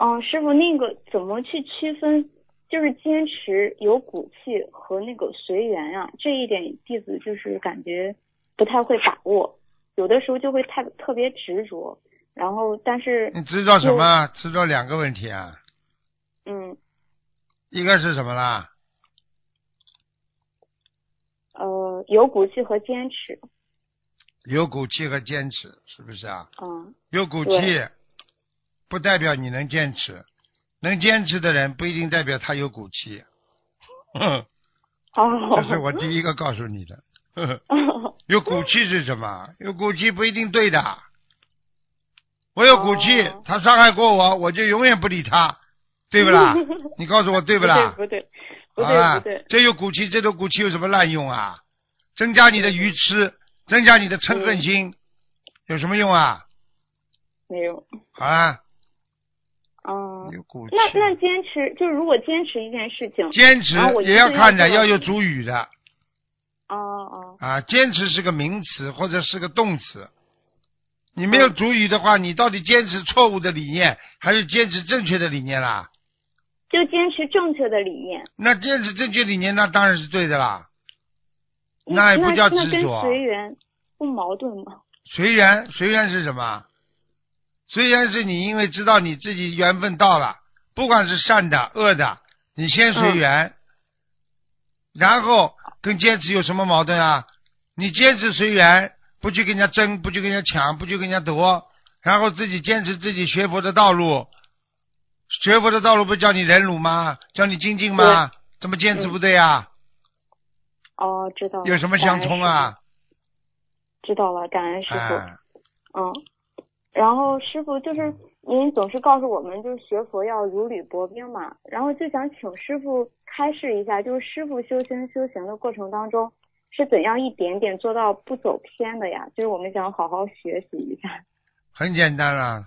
S5: 嗯，师傅，那个怎么去区分？就是坚持有骨气和那个随缘啊，这一点弟子就是感觉不太会把握，有的时候就会太特别执着，然后但是
S2: 你知道什么？知道两个问题啊，
S5: 嗯
S2: 一个是什么啦？
S5: 呃有骨气和坚持。
S2: 有骨气和坚持，是不是啊？
S5: 嗯，
S2: 有骨气
S5: 对，
S2: 不代表你能坚持，能坚持的人不一定代表他有骨 气。哼，
S5: 哦，
S2: 这是我第一个告诉你的。呵呵有骨气是什么？有骨气不一定对的。我有骨气，
S5: 哦
S2: 他伤害过我，我就永远不理他，对不 啦？你告诉我对
S5: 对
S2: 不啦？啊
S5: 不对，不
S2: 好
S5: 对，
S2: 啦
S5: 不对，
S2: 这有骨气，这种骨气有什么滥用啊？增加你的愚痴，增加你的嗔恨
S5: 嗯
S2: 心，有什么用啊？
S5: 没有。
S2: 好啦，
S5: 嗯，
S2: 有骨气，
S5: 那那坚持，就是如果坚持一件事情，
S2: 坚持
S5: 然后我
S2: 也
S5: 一
S2: 要
S5: 定
S2: 看的，
S5: 做
S2: 要有主语的
S5: 哦哦，
S2: 啊。坚持是个名词或者是个动词，你没有主语的话，你到底坚持错误的理念，还是坚持正确的理念啦？
S5: 就坚持正确的理念。
S2: 那坚持正确理念，那当然是对的啦。那
S5: 那
S2: 也不叫
S5: 那
S2: 执
S5: 跟
S2: 着啊
S5: 随缘不矛盾吗？
S2: 随缘，随缘是什么？随缘是你因为知道你自己缘分到了，不管是善的、恶的，你先随缘，然后跟坚持有什么矛盾啊？你坚持随缘，不去跟人家争，不去跟人家抢，不去跟人家夺，然后自己坚持自己学佛的道路。学佛的道路不叫你忍辱吗？叫你精进吗？怎么坚持不对啊？
S5: 哦，知道了。
S2: 有什么相通啊？
S5: 知道了，感恩师傅。
S2: 哎
S5: 嗯，然后师傅就是您总是告诉我们，就是学佛要如履薄冰嘛。然后就想请师傅开示一下，就是师傅修心修行的过程当中，是怎样一点点做到不走偏的呀？就是我们想好好学习一下。
S2: 很简单啦、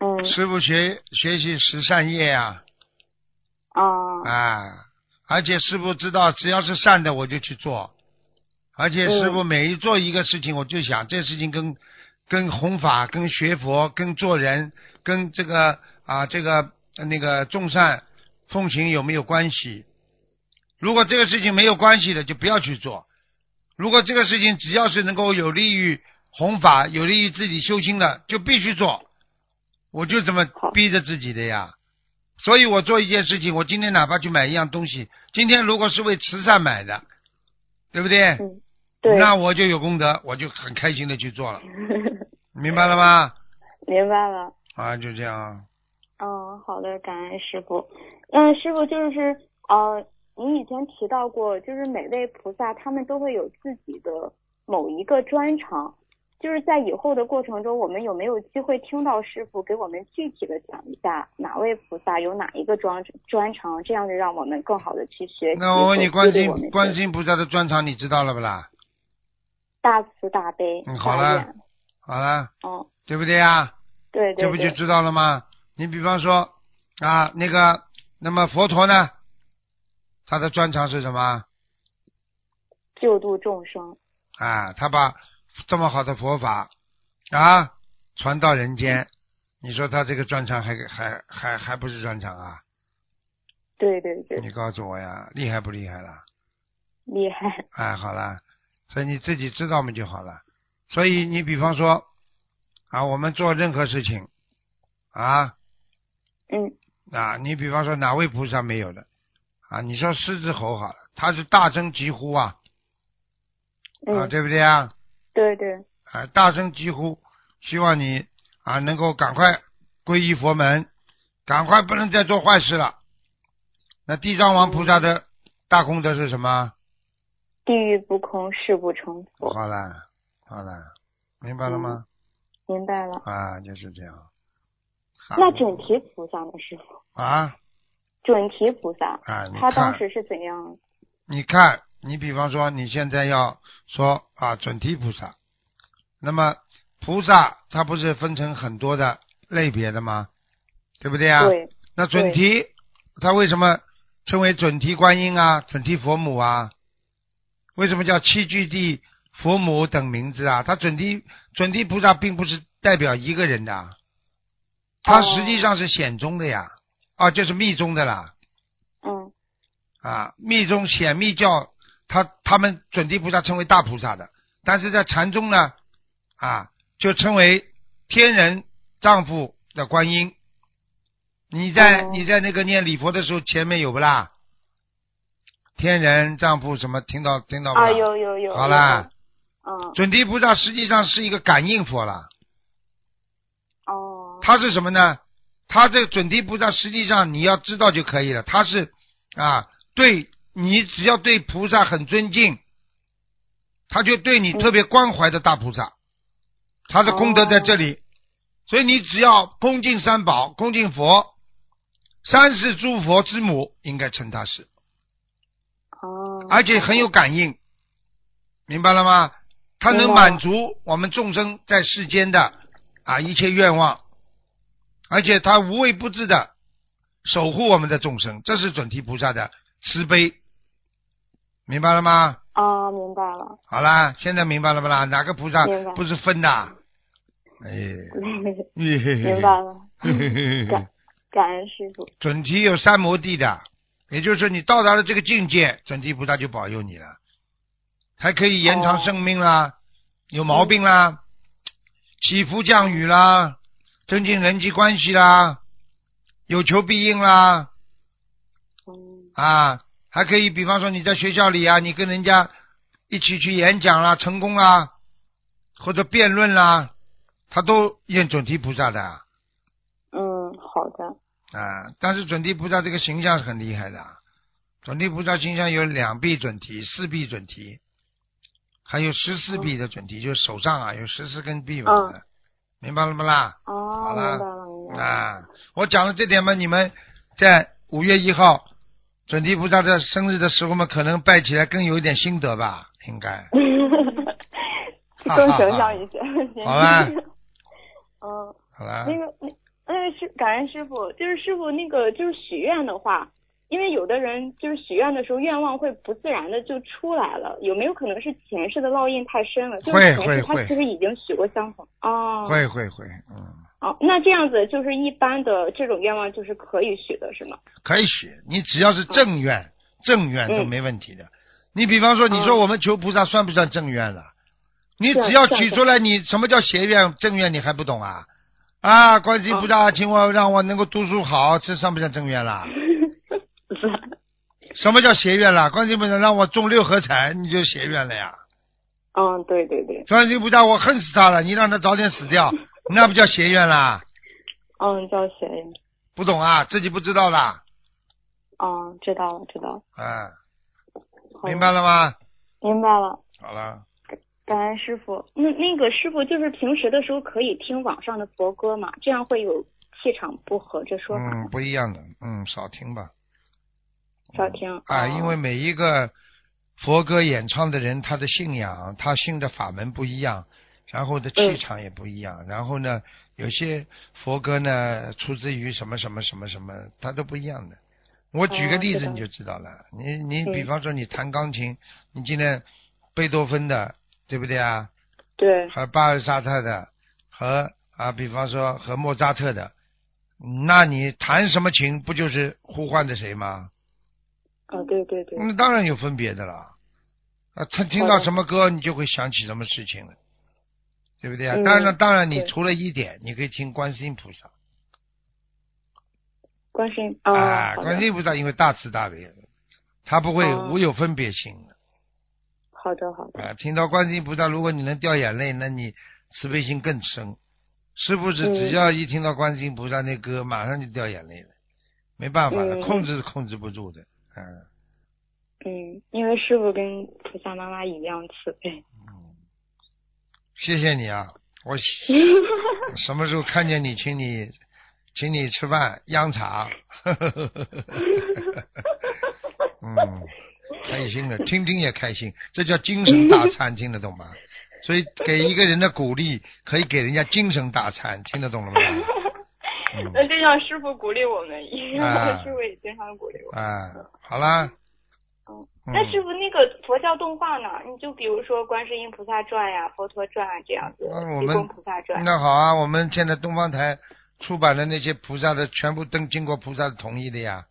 S5: 嗯
S2: 师傅学学习十善业呀、
S5: 啊
S2: 啊，而且师傅知道，只要是善的我就去做，而且师傅每一做一个事情，我就想这事情跟跟弘法、跟学佛、跟做人、跟这个啊这个呃那个众善奉行有没有关系？如果这个事情没有关系的，就不要去做；如果这个事情只要是能够有利于弘法、有利于自己修心的，就必须做。我就这么
S5: 好
S2: 逼着自己的呀。所以我做一件事情，我今天哪怕去买一样东西，今天如果是为慈善买的，对不对？
S5: 嗯，对，
S2: 那我就有功德，我就很开心的去做了，明白了吗？
S5: 明白了。
S2: 啊，就这样啊。
S5: 嗯，好的，感恩师傅。那师傅就是呃，您以前提到过，就是每位菩萨他们都会有自己的某一个专长，就是在以后的过程中，我们有没有机会听到师傅给我们具体的讲一下哪位菩萨有哪一个专专长，这样子让我们更好的去学习
S2: 那我问你，
S5: 和
S2: 观世
S5: 激励我们
S2: 音
S5: 的
S2: 观世音菩萨的专长你知道了不啦？
S5: 大慈大悲，
S2: 嗯好
S5: 大
S2: 了
S5: 愿
S2: 好了，
S5: 嗯，
S2: 对不对呀？
S5: 对对
S2: 这不
S5: 对，
S2: 就知道了吗？你比方说啊，那个，那么佛陀呢，他的专长是什么？
S5: 救度众生，
S2: 啊，他把这么好的佛法啊传到人间，你说他这个专长还还还还不是专长啊？
S5: 对对对，
S2: 你告诉我呀，厉害不厉害了？
S5: 厉害，
S2: 哎，好了，所以你自己知道嘛就好了。所以你比方说啊，我们做任何事情啊
S5: 嗯
S2: 啊，你比方说哪位菩萨没有的啊？你说狮子吼好了，他是大声疾呼啊
S5: 嗯，
S2: 啊，对不对啊？
S5: 对对，
S2: 啊，大声疾呼，希望你啊能够赶快皈依佛门，赶快不能再做坏事了。那地藏王菩萨的大功德是什么？
S5: 地狱不空，誓不成佛。
S2: 好了，好了，明白了
S5: 嗯
S2: 吗？
S5: 明白了。
S2: 啊，就是这样。啊
S5: 那准提菩萨呢，师傅？
S2: 啊
S5: 准提菩萨，
S2: 啊，你
S5: 他当
S2: 看，
S5: 时是怎样？
S2: 你看，你比方说你现在要说啊准提菩萨，那么菩萨他不是分成很多的类别的吗？对不对啊？
S5: 对，
S2: 那准提，他为什么称为准提观音啊、准提佛母啊？为什么叫七聚地佛母等名字啊？他准提准提菩萨并不是代表一个人的，他
S5: 哦
S2: 实际上是显宗的呀，啊，就是密宗的啦，
S5: 嗯，
S2: 啊，密宗显密教，他他们准提菩萨称为大菩萨的，但是在禅宗呢，啊，就称为天人丈夫的观音。你在、
S5: 哦
S2: 你在那个念礼佛的时候，前面有不啦？天人丈夫什么，听到听到
S5: 啊，
S2: 吗？
S5: 有有有。
S2: 好啦，
S5: 有。嗯，
S2: 准提菩萨实际上是一个感应佛了，
S5: 哦，
S2: 他是什么呢？他这个准提菩萨实际上你要知道就可以了，他是啊，对你只要对菩萨很尊敬，他就对你特别关怀的大菩萨，他的功德在这里，所以你只要恭敬三宝，恭敬佛，三世诸佛之母，应该称他是，
S5: 哦。
S2: 而且很有感应，明白了吗？他能
S5: 明白了
S2: 满足我们众生在世间的啊一切愿望，而且他无微不至的守护我们的众生，这是准提菩萨的慈悲，明白了吗？
S5: 啊，明白了。
S2: 好啦，现在明白了不啦？哪个菩萨
S5: 明白
S2: 不是分的？啊哎，
S5: 明
S2: 明
S5: 白了。
S2: 了
S5: 感感恩师傅。
S2: 准提有三摩地的，也就是说你到达了这个境界，准提菩萨就保佑你了，还可以延长生命啦，有毛病啦，祈福降雨啦，增进人际关系啦，有求必应啦，
S5: 嗯
S2: 啊，还可以比方说你在学校里啊，你跟人家一起去演讲啦，成功啦，或者辩论啦，他都验准提菩萨的啊，
S5: 嗯，好的。
S2: 啊，但是准提菩萨这个形象是很厉害的啊，准提菩萨形象有两臂准提、四臂准提，还有十四臂的准提，就是手上啊有十四根臂嘛、
S5: 嗯
S2: 明白了不啦？
S5: 哦，
S2: 好
S5: 明
S2: 啦
S5: 白了，明白了。
S2: 啊，我讲了这点嘛，你们在五月一号准提菩萨的生日的时候嘛，可能拜起来更有一点心得吧，应该嗯
S5: 更形象一些。
S2: 好啦，
S5: 嗯，
S2: 好啦。
S5: 那个，那那个师感恩师傅，就是师傅那个就是许愿的话，因为有的人就是许愿的时候愿望会不自然的就出来了，有没有可能是前世的烙印太深了？就是
S2: 会
S5: 前
S2: 会
S5: 世他
S2: 会
S5: 其实已经许过相同哦，
S2: 会会会，嗯，
S5: 哦，那这样子就是一般的这种愿望就是可以许的是吗？
S2: 可以许，你只要是正愿，正愿都
S5: 嗯
S2: 没问题的。你比方说，你说
S5: 嗯
S2: 我们求菩萨算不算正愿了？你
S5: 算
S2: 只要
S5: 算
S2: 举
S5: 算
S2: 出来，你什么叫邪愿、正愿，你还不懂啊？啊，观世音菩
S5: 嗯
S2: 萨，请我让我能够读书好，这算不算正愿啦？什么叫邪愿啦？观世音菩萨让我中六合彩，你就邪愿了呀。
S5: 嗯，对对对，
S2: 观世音菩萨，我恨死他了，你让他早点死 掉，那不叫邪愿啦？
S5: 嗯，叫学愿，
S2: 不懂啊，自己不知道啦，
S5: 嗯，知道了知道了，
S2: 啊，
S5: 好的
S2: 明白了吗？
S5: 明白了。
S2: 好了。
S5: 感恩师傅，那那个师傅就是平时的时候可以听网上的佛歌嘛，这样会有气场不合这说法，
S2: 嗯，不一样的，嗯，少听吧。
S5: 少听。
S2: 啊，
S5: 哦
S2: 因为每一个佛歌演唱的人，他的信仰、他信的法门不一样，然后的气
S5: 嗯
S2: 场也不一样。然后呢，有些佛歌呢出自于什么什么什么什么，它都不一样的。我举个
S5: 哦
S2: 例
S5: 知
S2: 子
S5: 道
S2: 你就知道了。你你
S5: 嗯
S2: 比方说你弹钢琴，你今天贝多芬的，对不对啊？
S5: 对，
S2: 和巴尔萨特的，和啊，比方说和莫扎特的，那你弹什么琴，不就是呼唤着谁吗？
S5: 啊、对对对，
S2: 那嗯当然有分别的啦。啊，他听
S5: 好
S2: 到
S5: 的
S2: 什么歌，你就会想起什么事情了，对不对啊？
S5: 嗯
S2: 当然，当然，你
S5: 对
S2: 除了一点，你可以听观世音菩萨
S5: 观世音啊，
S2: 啊，
S5: 好
S2: 观
S5: 的
S2: 世音菩萨因为大慈大悲，他不会
S5: 哦
S2: 无有分别心的
S5: 好的好的，
S2: 啊。听到观世音菩萨，如果你能掉眼泪，那你慈悲心更深。是不是只
S5: 嗯
S2: 要一听到观世音菩萨那歌，马上就掉眼泪了？没办法的，
S5: 嗯
S2: 控制是控制不住的。嗯，
S5: 嗯，因为师傅跟菩萨妈妈一样慈悲，
S2: 谢谢你啊，我什么时候看见你，请你请你吃饭央茶， 嗯，开心的，听听也开心，这叫精神大餐，听得懂吗？所以给一个人的鼓励，可以给人家精神大餐，听得懂了吗？
S5: 那就像师傅鼓励我们一
S2: 嗯啊
S5: 样，师傅也经常鼓励我。
S2: 啊，好啦，
S5: 嗯，
S2: 嗯
S5: 那师傅那个佛教动画呢？你就比如说《观世音菩萨传》呀、《佛陀传》啊这样子，
S2: 那嗯我
S5: 《地
S2: 们
S5: 宫菩萨传》
S2: 那好啊，我们现在东方台出版的那些菩萨的，全部都经过菩萨的同意的呀。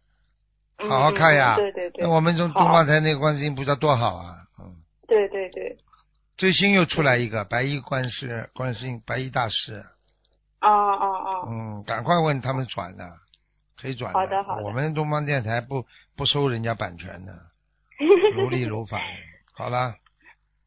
S5: 嗯，
S2: 好好看呀
S5: 嗯对对对
S2: 那，我们从东方台那个观世音菩萨多好啊！嗯，
S5: 对对对，
S2: 最新又出来一个白衣观世观世音白衣大师，
S5: 哦哦
S2: 嗯，赶快问他们转的，可以转
S5: 好的好的
S2: 我们东方电台不不收人家版权的，
S5: 哦，
S2: 如理如法。好了，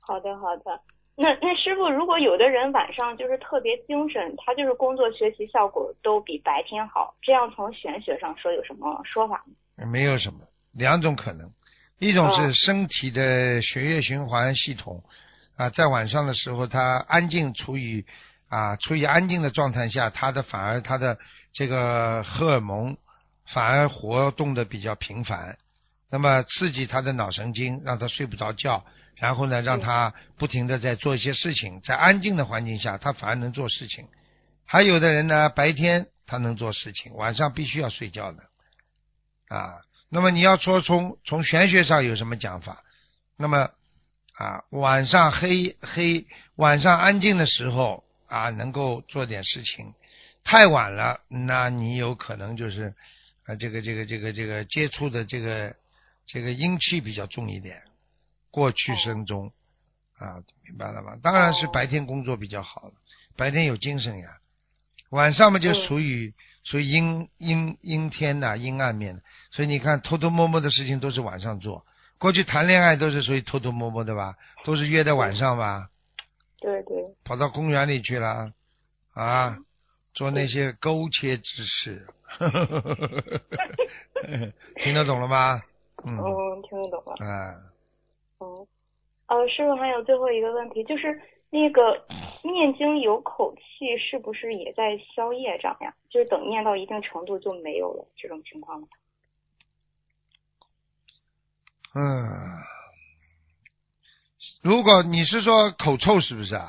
S5: 好的，好的。那那师傅，如果有的人晚上就是特别精神，他就是工作学习效果都比白天好，这样从玄学上说有什么说法吗？
S2: 没有什么，两种可能，一种
S5: 哦
S2: 是身体的血液循环系统啊，在晚上的时候，它安静处于啊处于安静的状态下，它的反而它的这个荷尔蒙反而活动的比较频繁，那么刺激他的脑神经，让他睡不着觉，然后呢，让他不停的在做一些事情，在安静的环境下，他反而能做事情。还有的人呢，白天他能做事情，晚上必须要睡觉的，啊，那么你要说从从玄学上有什么讲法？那么啊，晚上黑黑晚上安静的时候啊，能够做点事情，太晚了，那你有可能就是啊，这个这个这个这个接触的这个这个阴气比较重一点，过去生中、啊，明白了吗？当然是
S5: 哦
S2: 白天工作比较好了，白天有精神呀，晚上嘛就
S5: 嗯
S2: 属于、属于阴阴阴天呐、阴暗面，所以你看偷偷摸摸的事情都是晚上做。过去谈恋爱都是属于偷偷摸摸的吧，都是约在晚上吧。
S5: 对对，
S2: 跑到公园里去了啊，做那些勾切之事，听得懂了吗？嗯
S5: 嗯，听得懂了。
S2: 啊，
S5: 嗯，呃，师傅还有最后一个问题，就是那个念经有口气，是不是也在消业障呀？就是等念到一定程度就没有了这种情况吗？
S2: 嗯，如果你是说口臭是不是啊？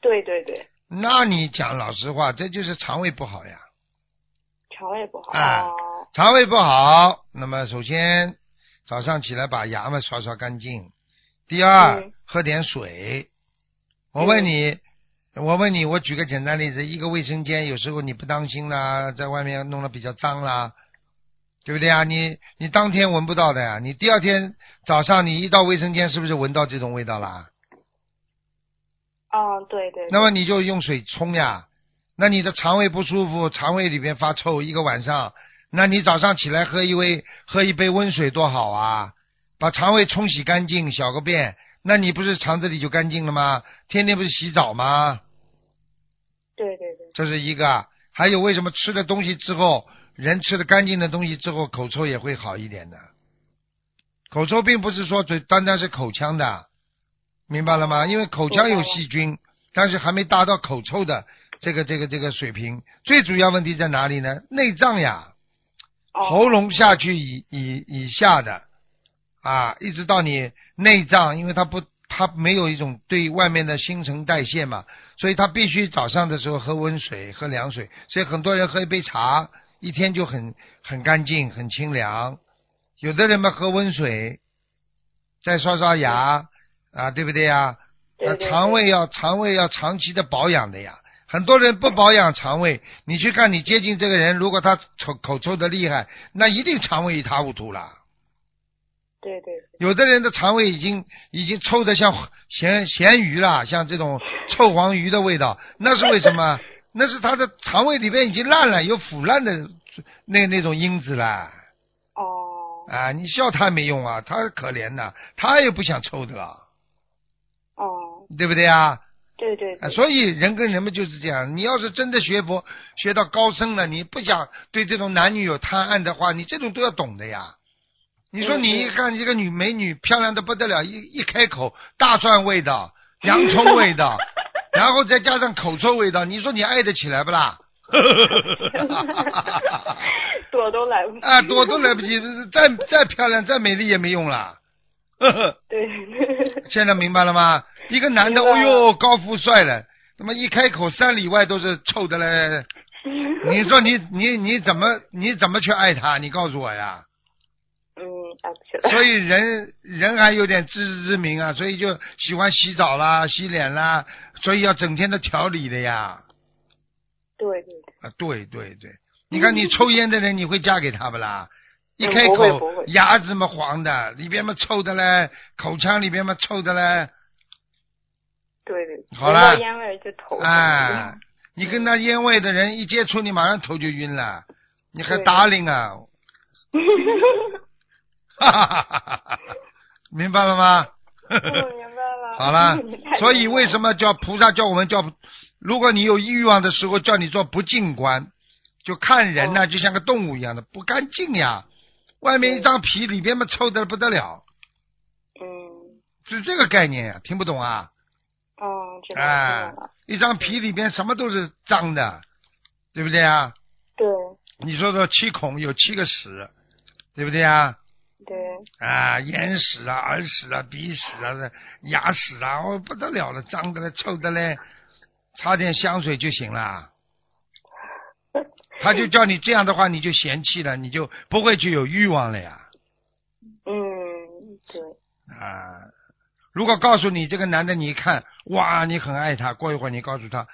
S5: 对对对，
S2: 那你讲老实话，这就是肠胃不好呀。
S5: 肠胃不好。
S2: 啊
S5: 哦
S2: 肠胃不好，那么首先早上起来把牙嘛刷刷干净。第二，
S5: 嗯
S2: 喝点水。我问你，我问你，我举个简单例子，一个卫生间有时候你不当心啦，在外面弄得比较脏啦，对不对啊？你你当天闻不到的呀，你第二天早上你一到卫生间，是不是闻到这种味道啦？
S5: 嗯，对对。
S2: 那么你就用水冲呀。那你的肠胃不舒服，肠胃里边发臭，一个晚上，那你早上起来喝一杯喝一杯温水多好啊，把肠胃冲洗干净，小个便，那你不是肠子里就干净了吗？天天不是洗澡吗？
S5: 对对对，
S2: 这是一个。还有为什么吃了东西之后，人吃了干净的东西之后，口臭也会好一点的？口臭并不是说嘴单单是口腔的，明白了吗？因为口腔有细菌，但是还没达到口臭的这个这个这个水平。最主要问题在哪里呢？内脏呀，
S5: 哦，
S2: 喉咙下去以以以下的啊，一直到你内脏，因为它不它没有一种对外面的新陈代谢嘛，所以它必须早上的时候喝温水、喝凉水，所以很多人喝一杯茶，一天就很很干净、很清凉。有的人嘛喝温水，再刷刷牙啊，对不对呀？
S5: 嗯对
S2: 那
S5: 对对
S2: 肠胃要肠胃要长期的保养的呀。很多人不保养肠胃，你去看你接近这个人，如果他口口臭的厉害，那一定肠胃一塌糊涂了。
S5: 对对对，
S2: 有的人的肠胃已经已经臭的像咸咸鱼了，像这种臭黄鱼的味道，那是为什 么？那是他的肠胃里边已经烂了，有腐烂的那那种因子了
S5: 哦
S2: 啊！你笑他没用啊，他可怜呐，他也不想臭的了，
S5: 哦，
S2: 对不对啊？
S5: 对对
S2: 啊，，
S5: 对
S2: 所以人跟人们就是这样。你要是真的学佛，学到高深了，你不想对这种男女有贪爱的话，你这种都要懂的呀。你说
S5: 嗯
S2: 你
S5: 对
S2: 一看这个女美女漂亮的不得了，一一开口大蒜味道、洋葱味道，然后再加上口臭味道，你说你爱得起来不啦？
S5: 躲都来不及。
S2: 啊，躲都来不及，再再漂亮再美丽也没用啦。
S5: 对 对对，
S2: 现在明白了吗？一个男的，
S5: 明白
S2: 哎呦，高富帅了，他妈一开口三里外都是臭的嘞。你说你你你怎么你怎么去爱他？你告诉我呀。
S5: 嗯，打不起来。
S2: 所以人人还有点自知之明啊，所以就喜欢洗澡啦、洗脸啦，所以要整天的调理的呀。
S5: 对对对，
S2: 啊，对对对，你看你抽烟的人，你会嫁给他不啦？一
S5: 嗯
S2: 开
S5: 不会
S2: 口
S5: 不会
S2: 牙子嘛黄的，里边嘛臭的嘞，口腔里边嘛臭的嘞。
S5: 对对，
S2: 好
S5: 闻
S2: 啦
S5: 到烟味儿就头疼。
S2: 哎，你跟他烟味的人一接触，你马上头就晕了，你还
S5: 对
S2: 打领啊？哈哈哈哈哈哈！明白了吗？
S5: 我嗯明白了。
S2: 好 了
S5: 太，
S2: 所以为什
S5: 明
S2: 么叫菩萨叫我们叫？如果你有欲望的时候，叫你做不净观，就看人
S5: 哦
S2: 呐、就像个动物一样的不干净呀，外面一张皮，里边嘛臭的不得了，
S5: 白嗯
S2: 是这个概念呀，听不懂啊？
S5: 嗯，知道了
S2: 哎
S5: 知道了。，
S2: 一张皮里边什么都是脏的，对不对啊？
S5: 对
S2: 你说说，七孔有七个屎，对不对啊？
S5: 对，
S2: 啊，眼屎啊，耳屎啊，鼻屎啊，牙屎啊，哦，不得了了，脏的嘞，臭的嘞，擦点香水就行 了。他就叫你这样的话，你就嫌弃了，你就不会去有欲望了呀。
S5: 嗯对，
S2: 啊，如果告诉你这个男的，你一看，哇，你很爱他，过一会儿你告诉他，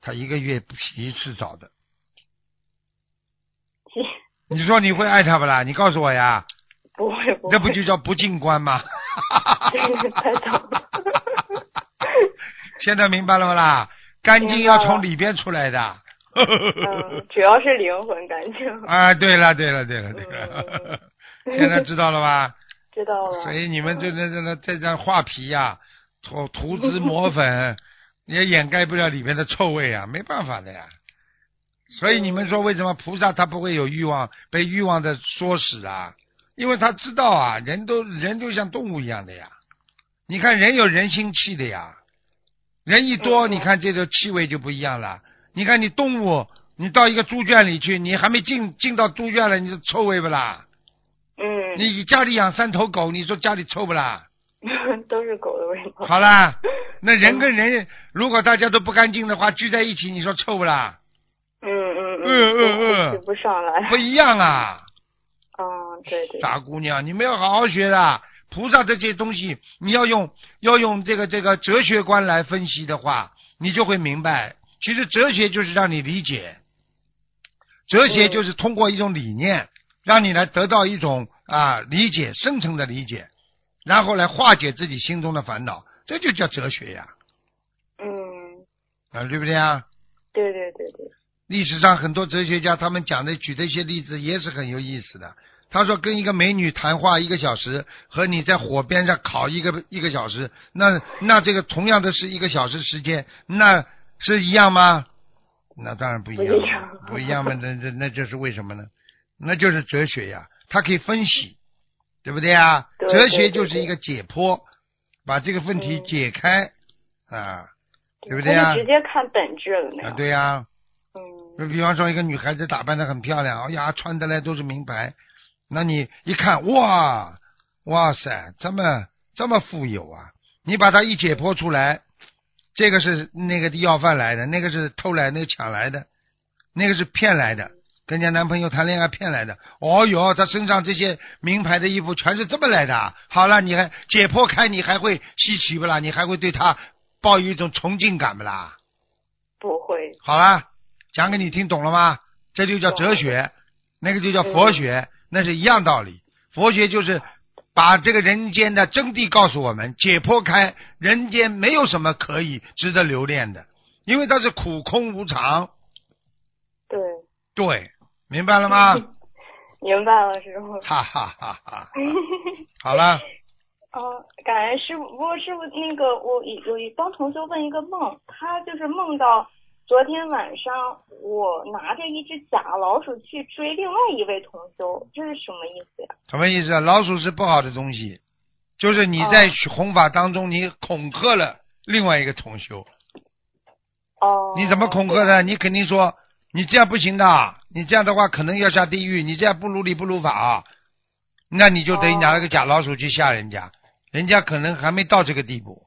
S2: 他一个月洗一次澡 的，
S5: 其
S2: 你说你会爱他不啦？你告诉我呀，
S5: 不会不会。
S2: 那不就叫不进观 吗？
S5: 对太懂了。
S2: 现在明白了不啦？干净要从里边出来的。
S5: 嗯，主要是灵魂干净。
S2: 啊，对了，对了，对了，对了，现在知道了吧？
S5: 知道了。
S2: 所以你们这这这这张画皮呀、涂涂脂 抹粉，也掩盖不了里面的臭味啊，没办法的呀。所以你们说为什么菩萨他不会有欲望，被欲望的唆使啊？因为他知道啊，人都人就像动物一样的呀。你看人有人心气的呀，人一多，
S5: 嗯
S2: 你看这个气味就不一样了。你看你动物，你到一个猪圈里去，你还没进进到猪圈了，你就臭味不啦？
S5: 嗯，
S2: 你家里养三头狗，你说家里臭不啦？
S5: 都是狗的味道。
S2: 好啦，那人跟人如果大家都不干净的话，聚在一起，你说臭不啦？
S5: 嗯嗯嗯
S2: 嗯嗯嗯
S5: 就不上来。
S2: 不一样啊，
S5: 嗯，对对。
S2: 傻姑娘，你们要好好学的。菩萨这些东西，你要用要用这个这个哲学观来分析的话，你就会明白，其实哲学就是让你理解，哲学就是通过一种理念，让你来得到一种啊理解深层的理解，然后来化解自己心中的烦恼，这就叫哲学呀，
S5: 嗯，
S2: 啊，对不对啊？
S5: 对对对对。
S2: 历史上很多哲学家他们讲的举的一些例子也是很有意思的。他说跟一个美女谈话一个小时，和你在火边上烤一个一个小时，那那这个同样的是一个小时时间，那是一样吗？那当然不一样
S5: 不一样，
S2: 不一样嘛，那那那这是为什么呢？那就是哲学呀，它可以分析，对不对啊？
S5: 对
S2: 哲
S5: 对
S2: 学
S5: 对
S2: 就是一个解剖，把这个问题
S5: 嗯
S2: 解开、啊，对不
S5: 那
S2: 对啊
S5: 就直接看本质了那
S2: 啊
S5: 样。
S2: 对呀、
S5: 嗯
S2: 就比方说，一个女孩子打扮的很漂亮，哎呀，穿的嘞都是名牌，那你一看，哇，哇塞，这么这么富有啊！你把它一解剖出来，这个是那个要饭来的，那个是偷来，那个抢来的，那个是骗来的，跟人家男朋友谈恋爱骗来的。哦哟，她身上这些名牌的衣服全是这么来的啊。好了，你还解剖开，你还会稀奇不啦？你还会对她抱有一种崇敬感不啦？
S5: 不会。
S2: 好啦，讲给你听懂了吗？这就叫哲学，那个就叫佛学，那是一样道理。佛学就是把这个人间的真谛告诉我们，解剖开，人间没有什么可以值得留恋的，因为它是苦空无常。
S5: 对。
S2: 对，明白了吗？
S5: 明白了，师傅。
S2: 哈哈哈 哈！好了，
S5: 哦，感恩师傅。不过师傅，那个我一有一帮同学问一个梦，他就是梦到昨天晚上我拿着一只假老鼠去追另外一位同修，这是什么意思呀？
S2: 什么意思啊？老鼠是不好的东西，就是你
S5: 哦
S2: 在弘法当中，你恐吓了另外一个同修。
S5: 哦，
S2: 你怎么恐吓的？你肯定说你这样不行的，你这样的话可能要下地狱，你这样不如理不如法啊，那你就等于拿了个假老鼠去吓人家，人家可能还没到这个地步，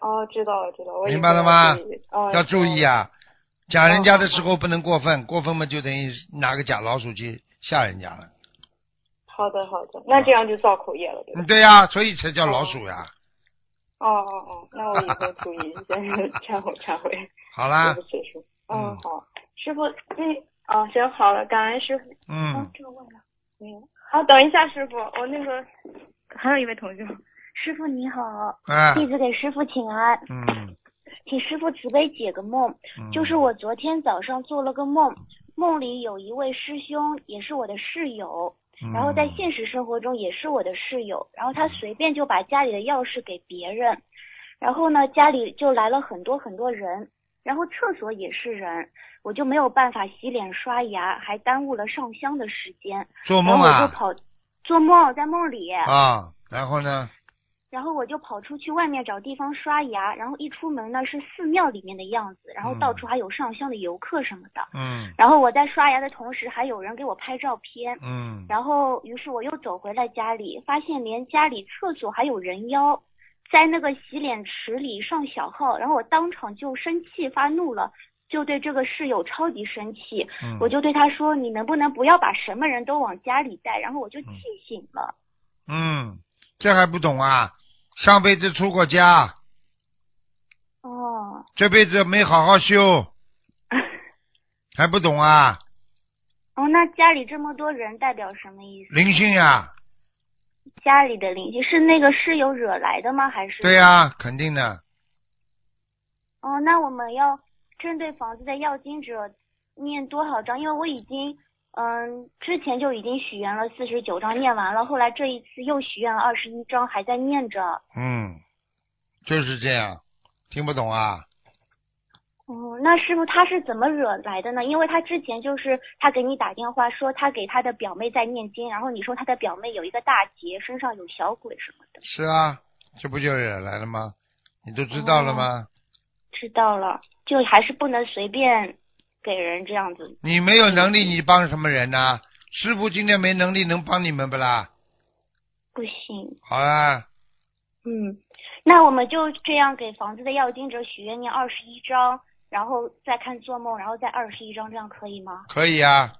S5: 哦，知道了，知道了，我以后
S2: 明白了吗
S5: 注意？哦，
S2: 要注意啊！讲人家的时
S5: 哦
S2: 候不能过分，过分嘛就等于拿个假老鼠去吓人家了。
S5: 知道了！好的，好的，那这样就造口业了，对吧
S2: 嗯，？对呀、所以才叫老鼠呀。
S5: 哦哦哦，那我以后注意，先 忏悔忏悔，
S2: 好
S5: 对
S2: 啦
S5: 不，起，师傅。
S2: 嗯
S5: 嗯，好，师傅，那哦，行，好了，感恩师傅。哦
S2: 嗯，
S5: 这个问了，没有。啊，等一下，师傅，我那个还有一位同学，
S4: 师傅你好，
S2: 哎，
S4: 弟子给师傅请安，
S2: 嗯，
S4: 请师傅慈悲解个梦。
S2: 嗯
S4: 就是我昨天早上做了个梦，梦里有一位师兄，也是我的室友，
S2: 嗯
S4: 然后在现实生活中也是我的室友，然后他随便就把家里的钥匙给别人，然后呢家里就来了很多很多人，然后厕所也是人，我就没有办法洗脸刷牙，还耽误了上香的时间，
S2: 做
S4: 然
S2: 梦
S4: 后我就
S2: 啊
S4: 跑做梦在梦里，
S2: 啊，然后呢？
S4: 然后我就跑出去外面找地方刷牙，然后一出门呢是寺庙里面的样子，然后到处还有上香的游客什么的。
S2: 嗯
S4: 然后我在刷牙的同时，还有人给我拍照片。
S2: 嗯
S4: 然后，于是我又走回了家里，发现连家里厕所还有人妖，在那个洗脸池里上小号。然后我当场就生气发怒了，就对这个室友超级生气。
S2: 嗯，
S4: 我就对他说：“你能不能不要把什么人都往家里带？”然后我就气醒了。
S2: 嗯，这还不懂啊？上辈子出过家，
S4: 哦，
S2: 这辈子没好好 修，还不懂啊？
S4: 哦，那家里这么多人代表什么意思？
S2: 灵性啊，
S4: 家里的灵性是那个室友惹来的吗？还是？
S2: 对呀、肯定的。
S4: 哦，那我们要针对房子的要经者念多少章？因为我已经，嗯，之前就已经许愿了四十九章，念完了，后来这一次又许愿了二十一章，还在念着。
S2: 嗯，就是这样，听不懂啊？
S4: 哦、那师傅他是怎么惹来的呢？因为他之前就是他给你打电话说他给他的表妹在念经，然后你说他的表妹有一个大劫，身上有小鬼什么的。
S2: 是啊，这不就惹来了吗？你都知道了
S4: 哦
S2: 吗？
S4: 知道了，就还是不能随便给人这样子。
S2: 你没有能力，你帮什么人呢、师傅今天没能力，能帮你们不啦？
S4: 不行，
S2: 好啊啦，
S4: 嗯，那我们就这样给房子的要经者许愿念二十一章，然后再看做梦，然后再二十一章，这样可以吗？
S2: 可以啊，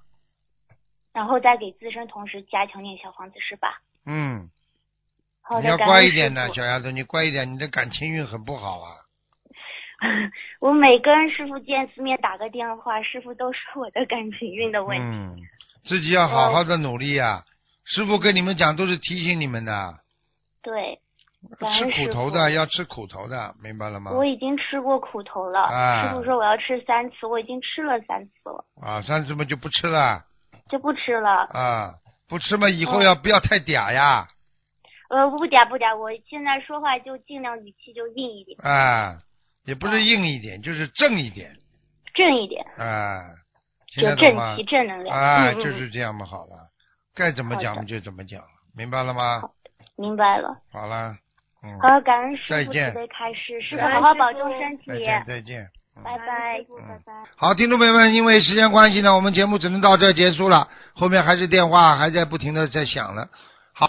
S4: 然后再给自身同时加强念小房子是吧？
S2: 嗯，
S4: 好
S2: 你
S4: 的，
S2: 要
S4: 感
S2: 乖
S4: 恩
S2: 一点
S4: 师
S2: 的，
S4: 傅
S2: 小丫头，你乖一点，你的感情运很不好啊。
S4: 我每跟师傅见一次面打个电话，师傅都说我的感情运的问题。
S2: 嗯，自己要好好的努力呀、
S4: 哦
S2: 师傅跟你们讲，都是提醒你们的，
S4: 对，感
S2: 吃
S4: 恩
S2: 苦
S4: 师
S2: 头
S4: 傅。
S2: 的，要吃苦头的，明白了吗？
S4: 我已经吃过苦头了，
S2: 哎
S4: 师傅说我要吃三次，我已经吃了三次了，
S2: 啊，上次嘛就不吃了
S4: 就不吃了。
S2: 啊，不吃嘛以
S4: 哦
S2: 后要不要太嗲呀？
S4: 呃，不嗲不嗲，我现在说话就尽量语气就硬一点，
S2: 啊，也不
S4: 哦
S2: 是硬一点，就是正一点
S4: 正一点。
S2: 啊，听
S4: 就
S2: 得懂吗
S4: 正气？正能量。
S2: 啊，
S4: 嗯嗯
S2: 就是这样嘛，好了，该怎么讲嘛
S4: 好
S2: 就怎么讲，明白了吗？
S4: 明白了。
S2: 好了，嗯，
S4: 好，感恩师傅
S2: 再见
S4: 慈悲开示，师傅
S2: 再见
S4: 好好保重身体
S2: 再，见再见。
S4: 拜拜。
S2: 拜
S5: 拜。
S2: 好，听众朋友们，因为时间关系呢，我们节目只能到这儿结束了。后面还是电话还在不停的在响了。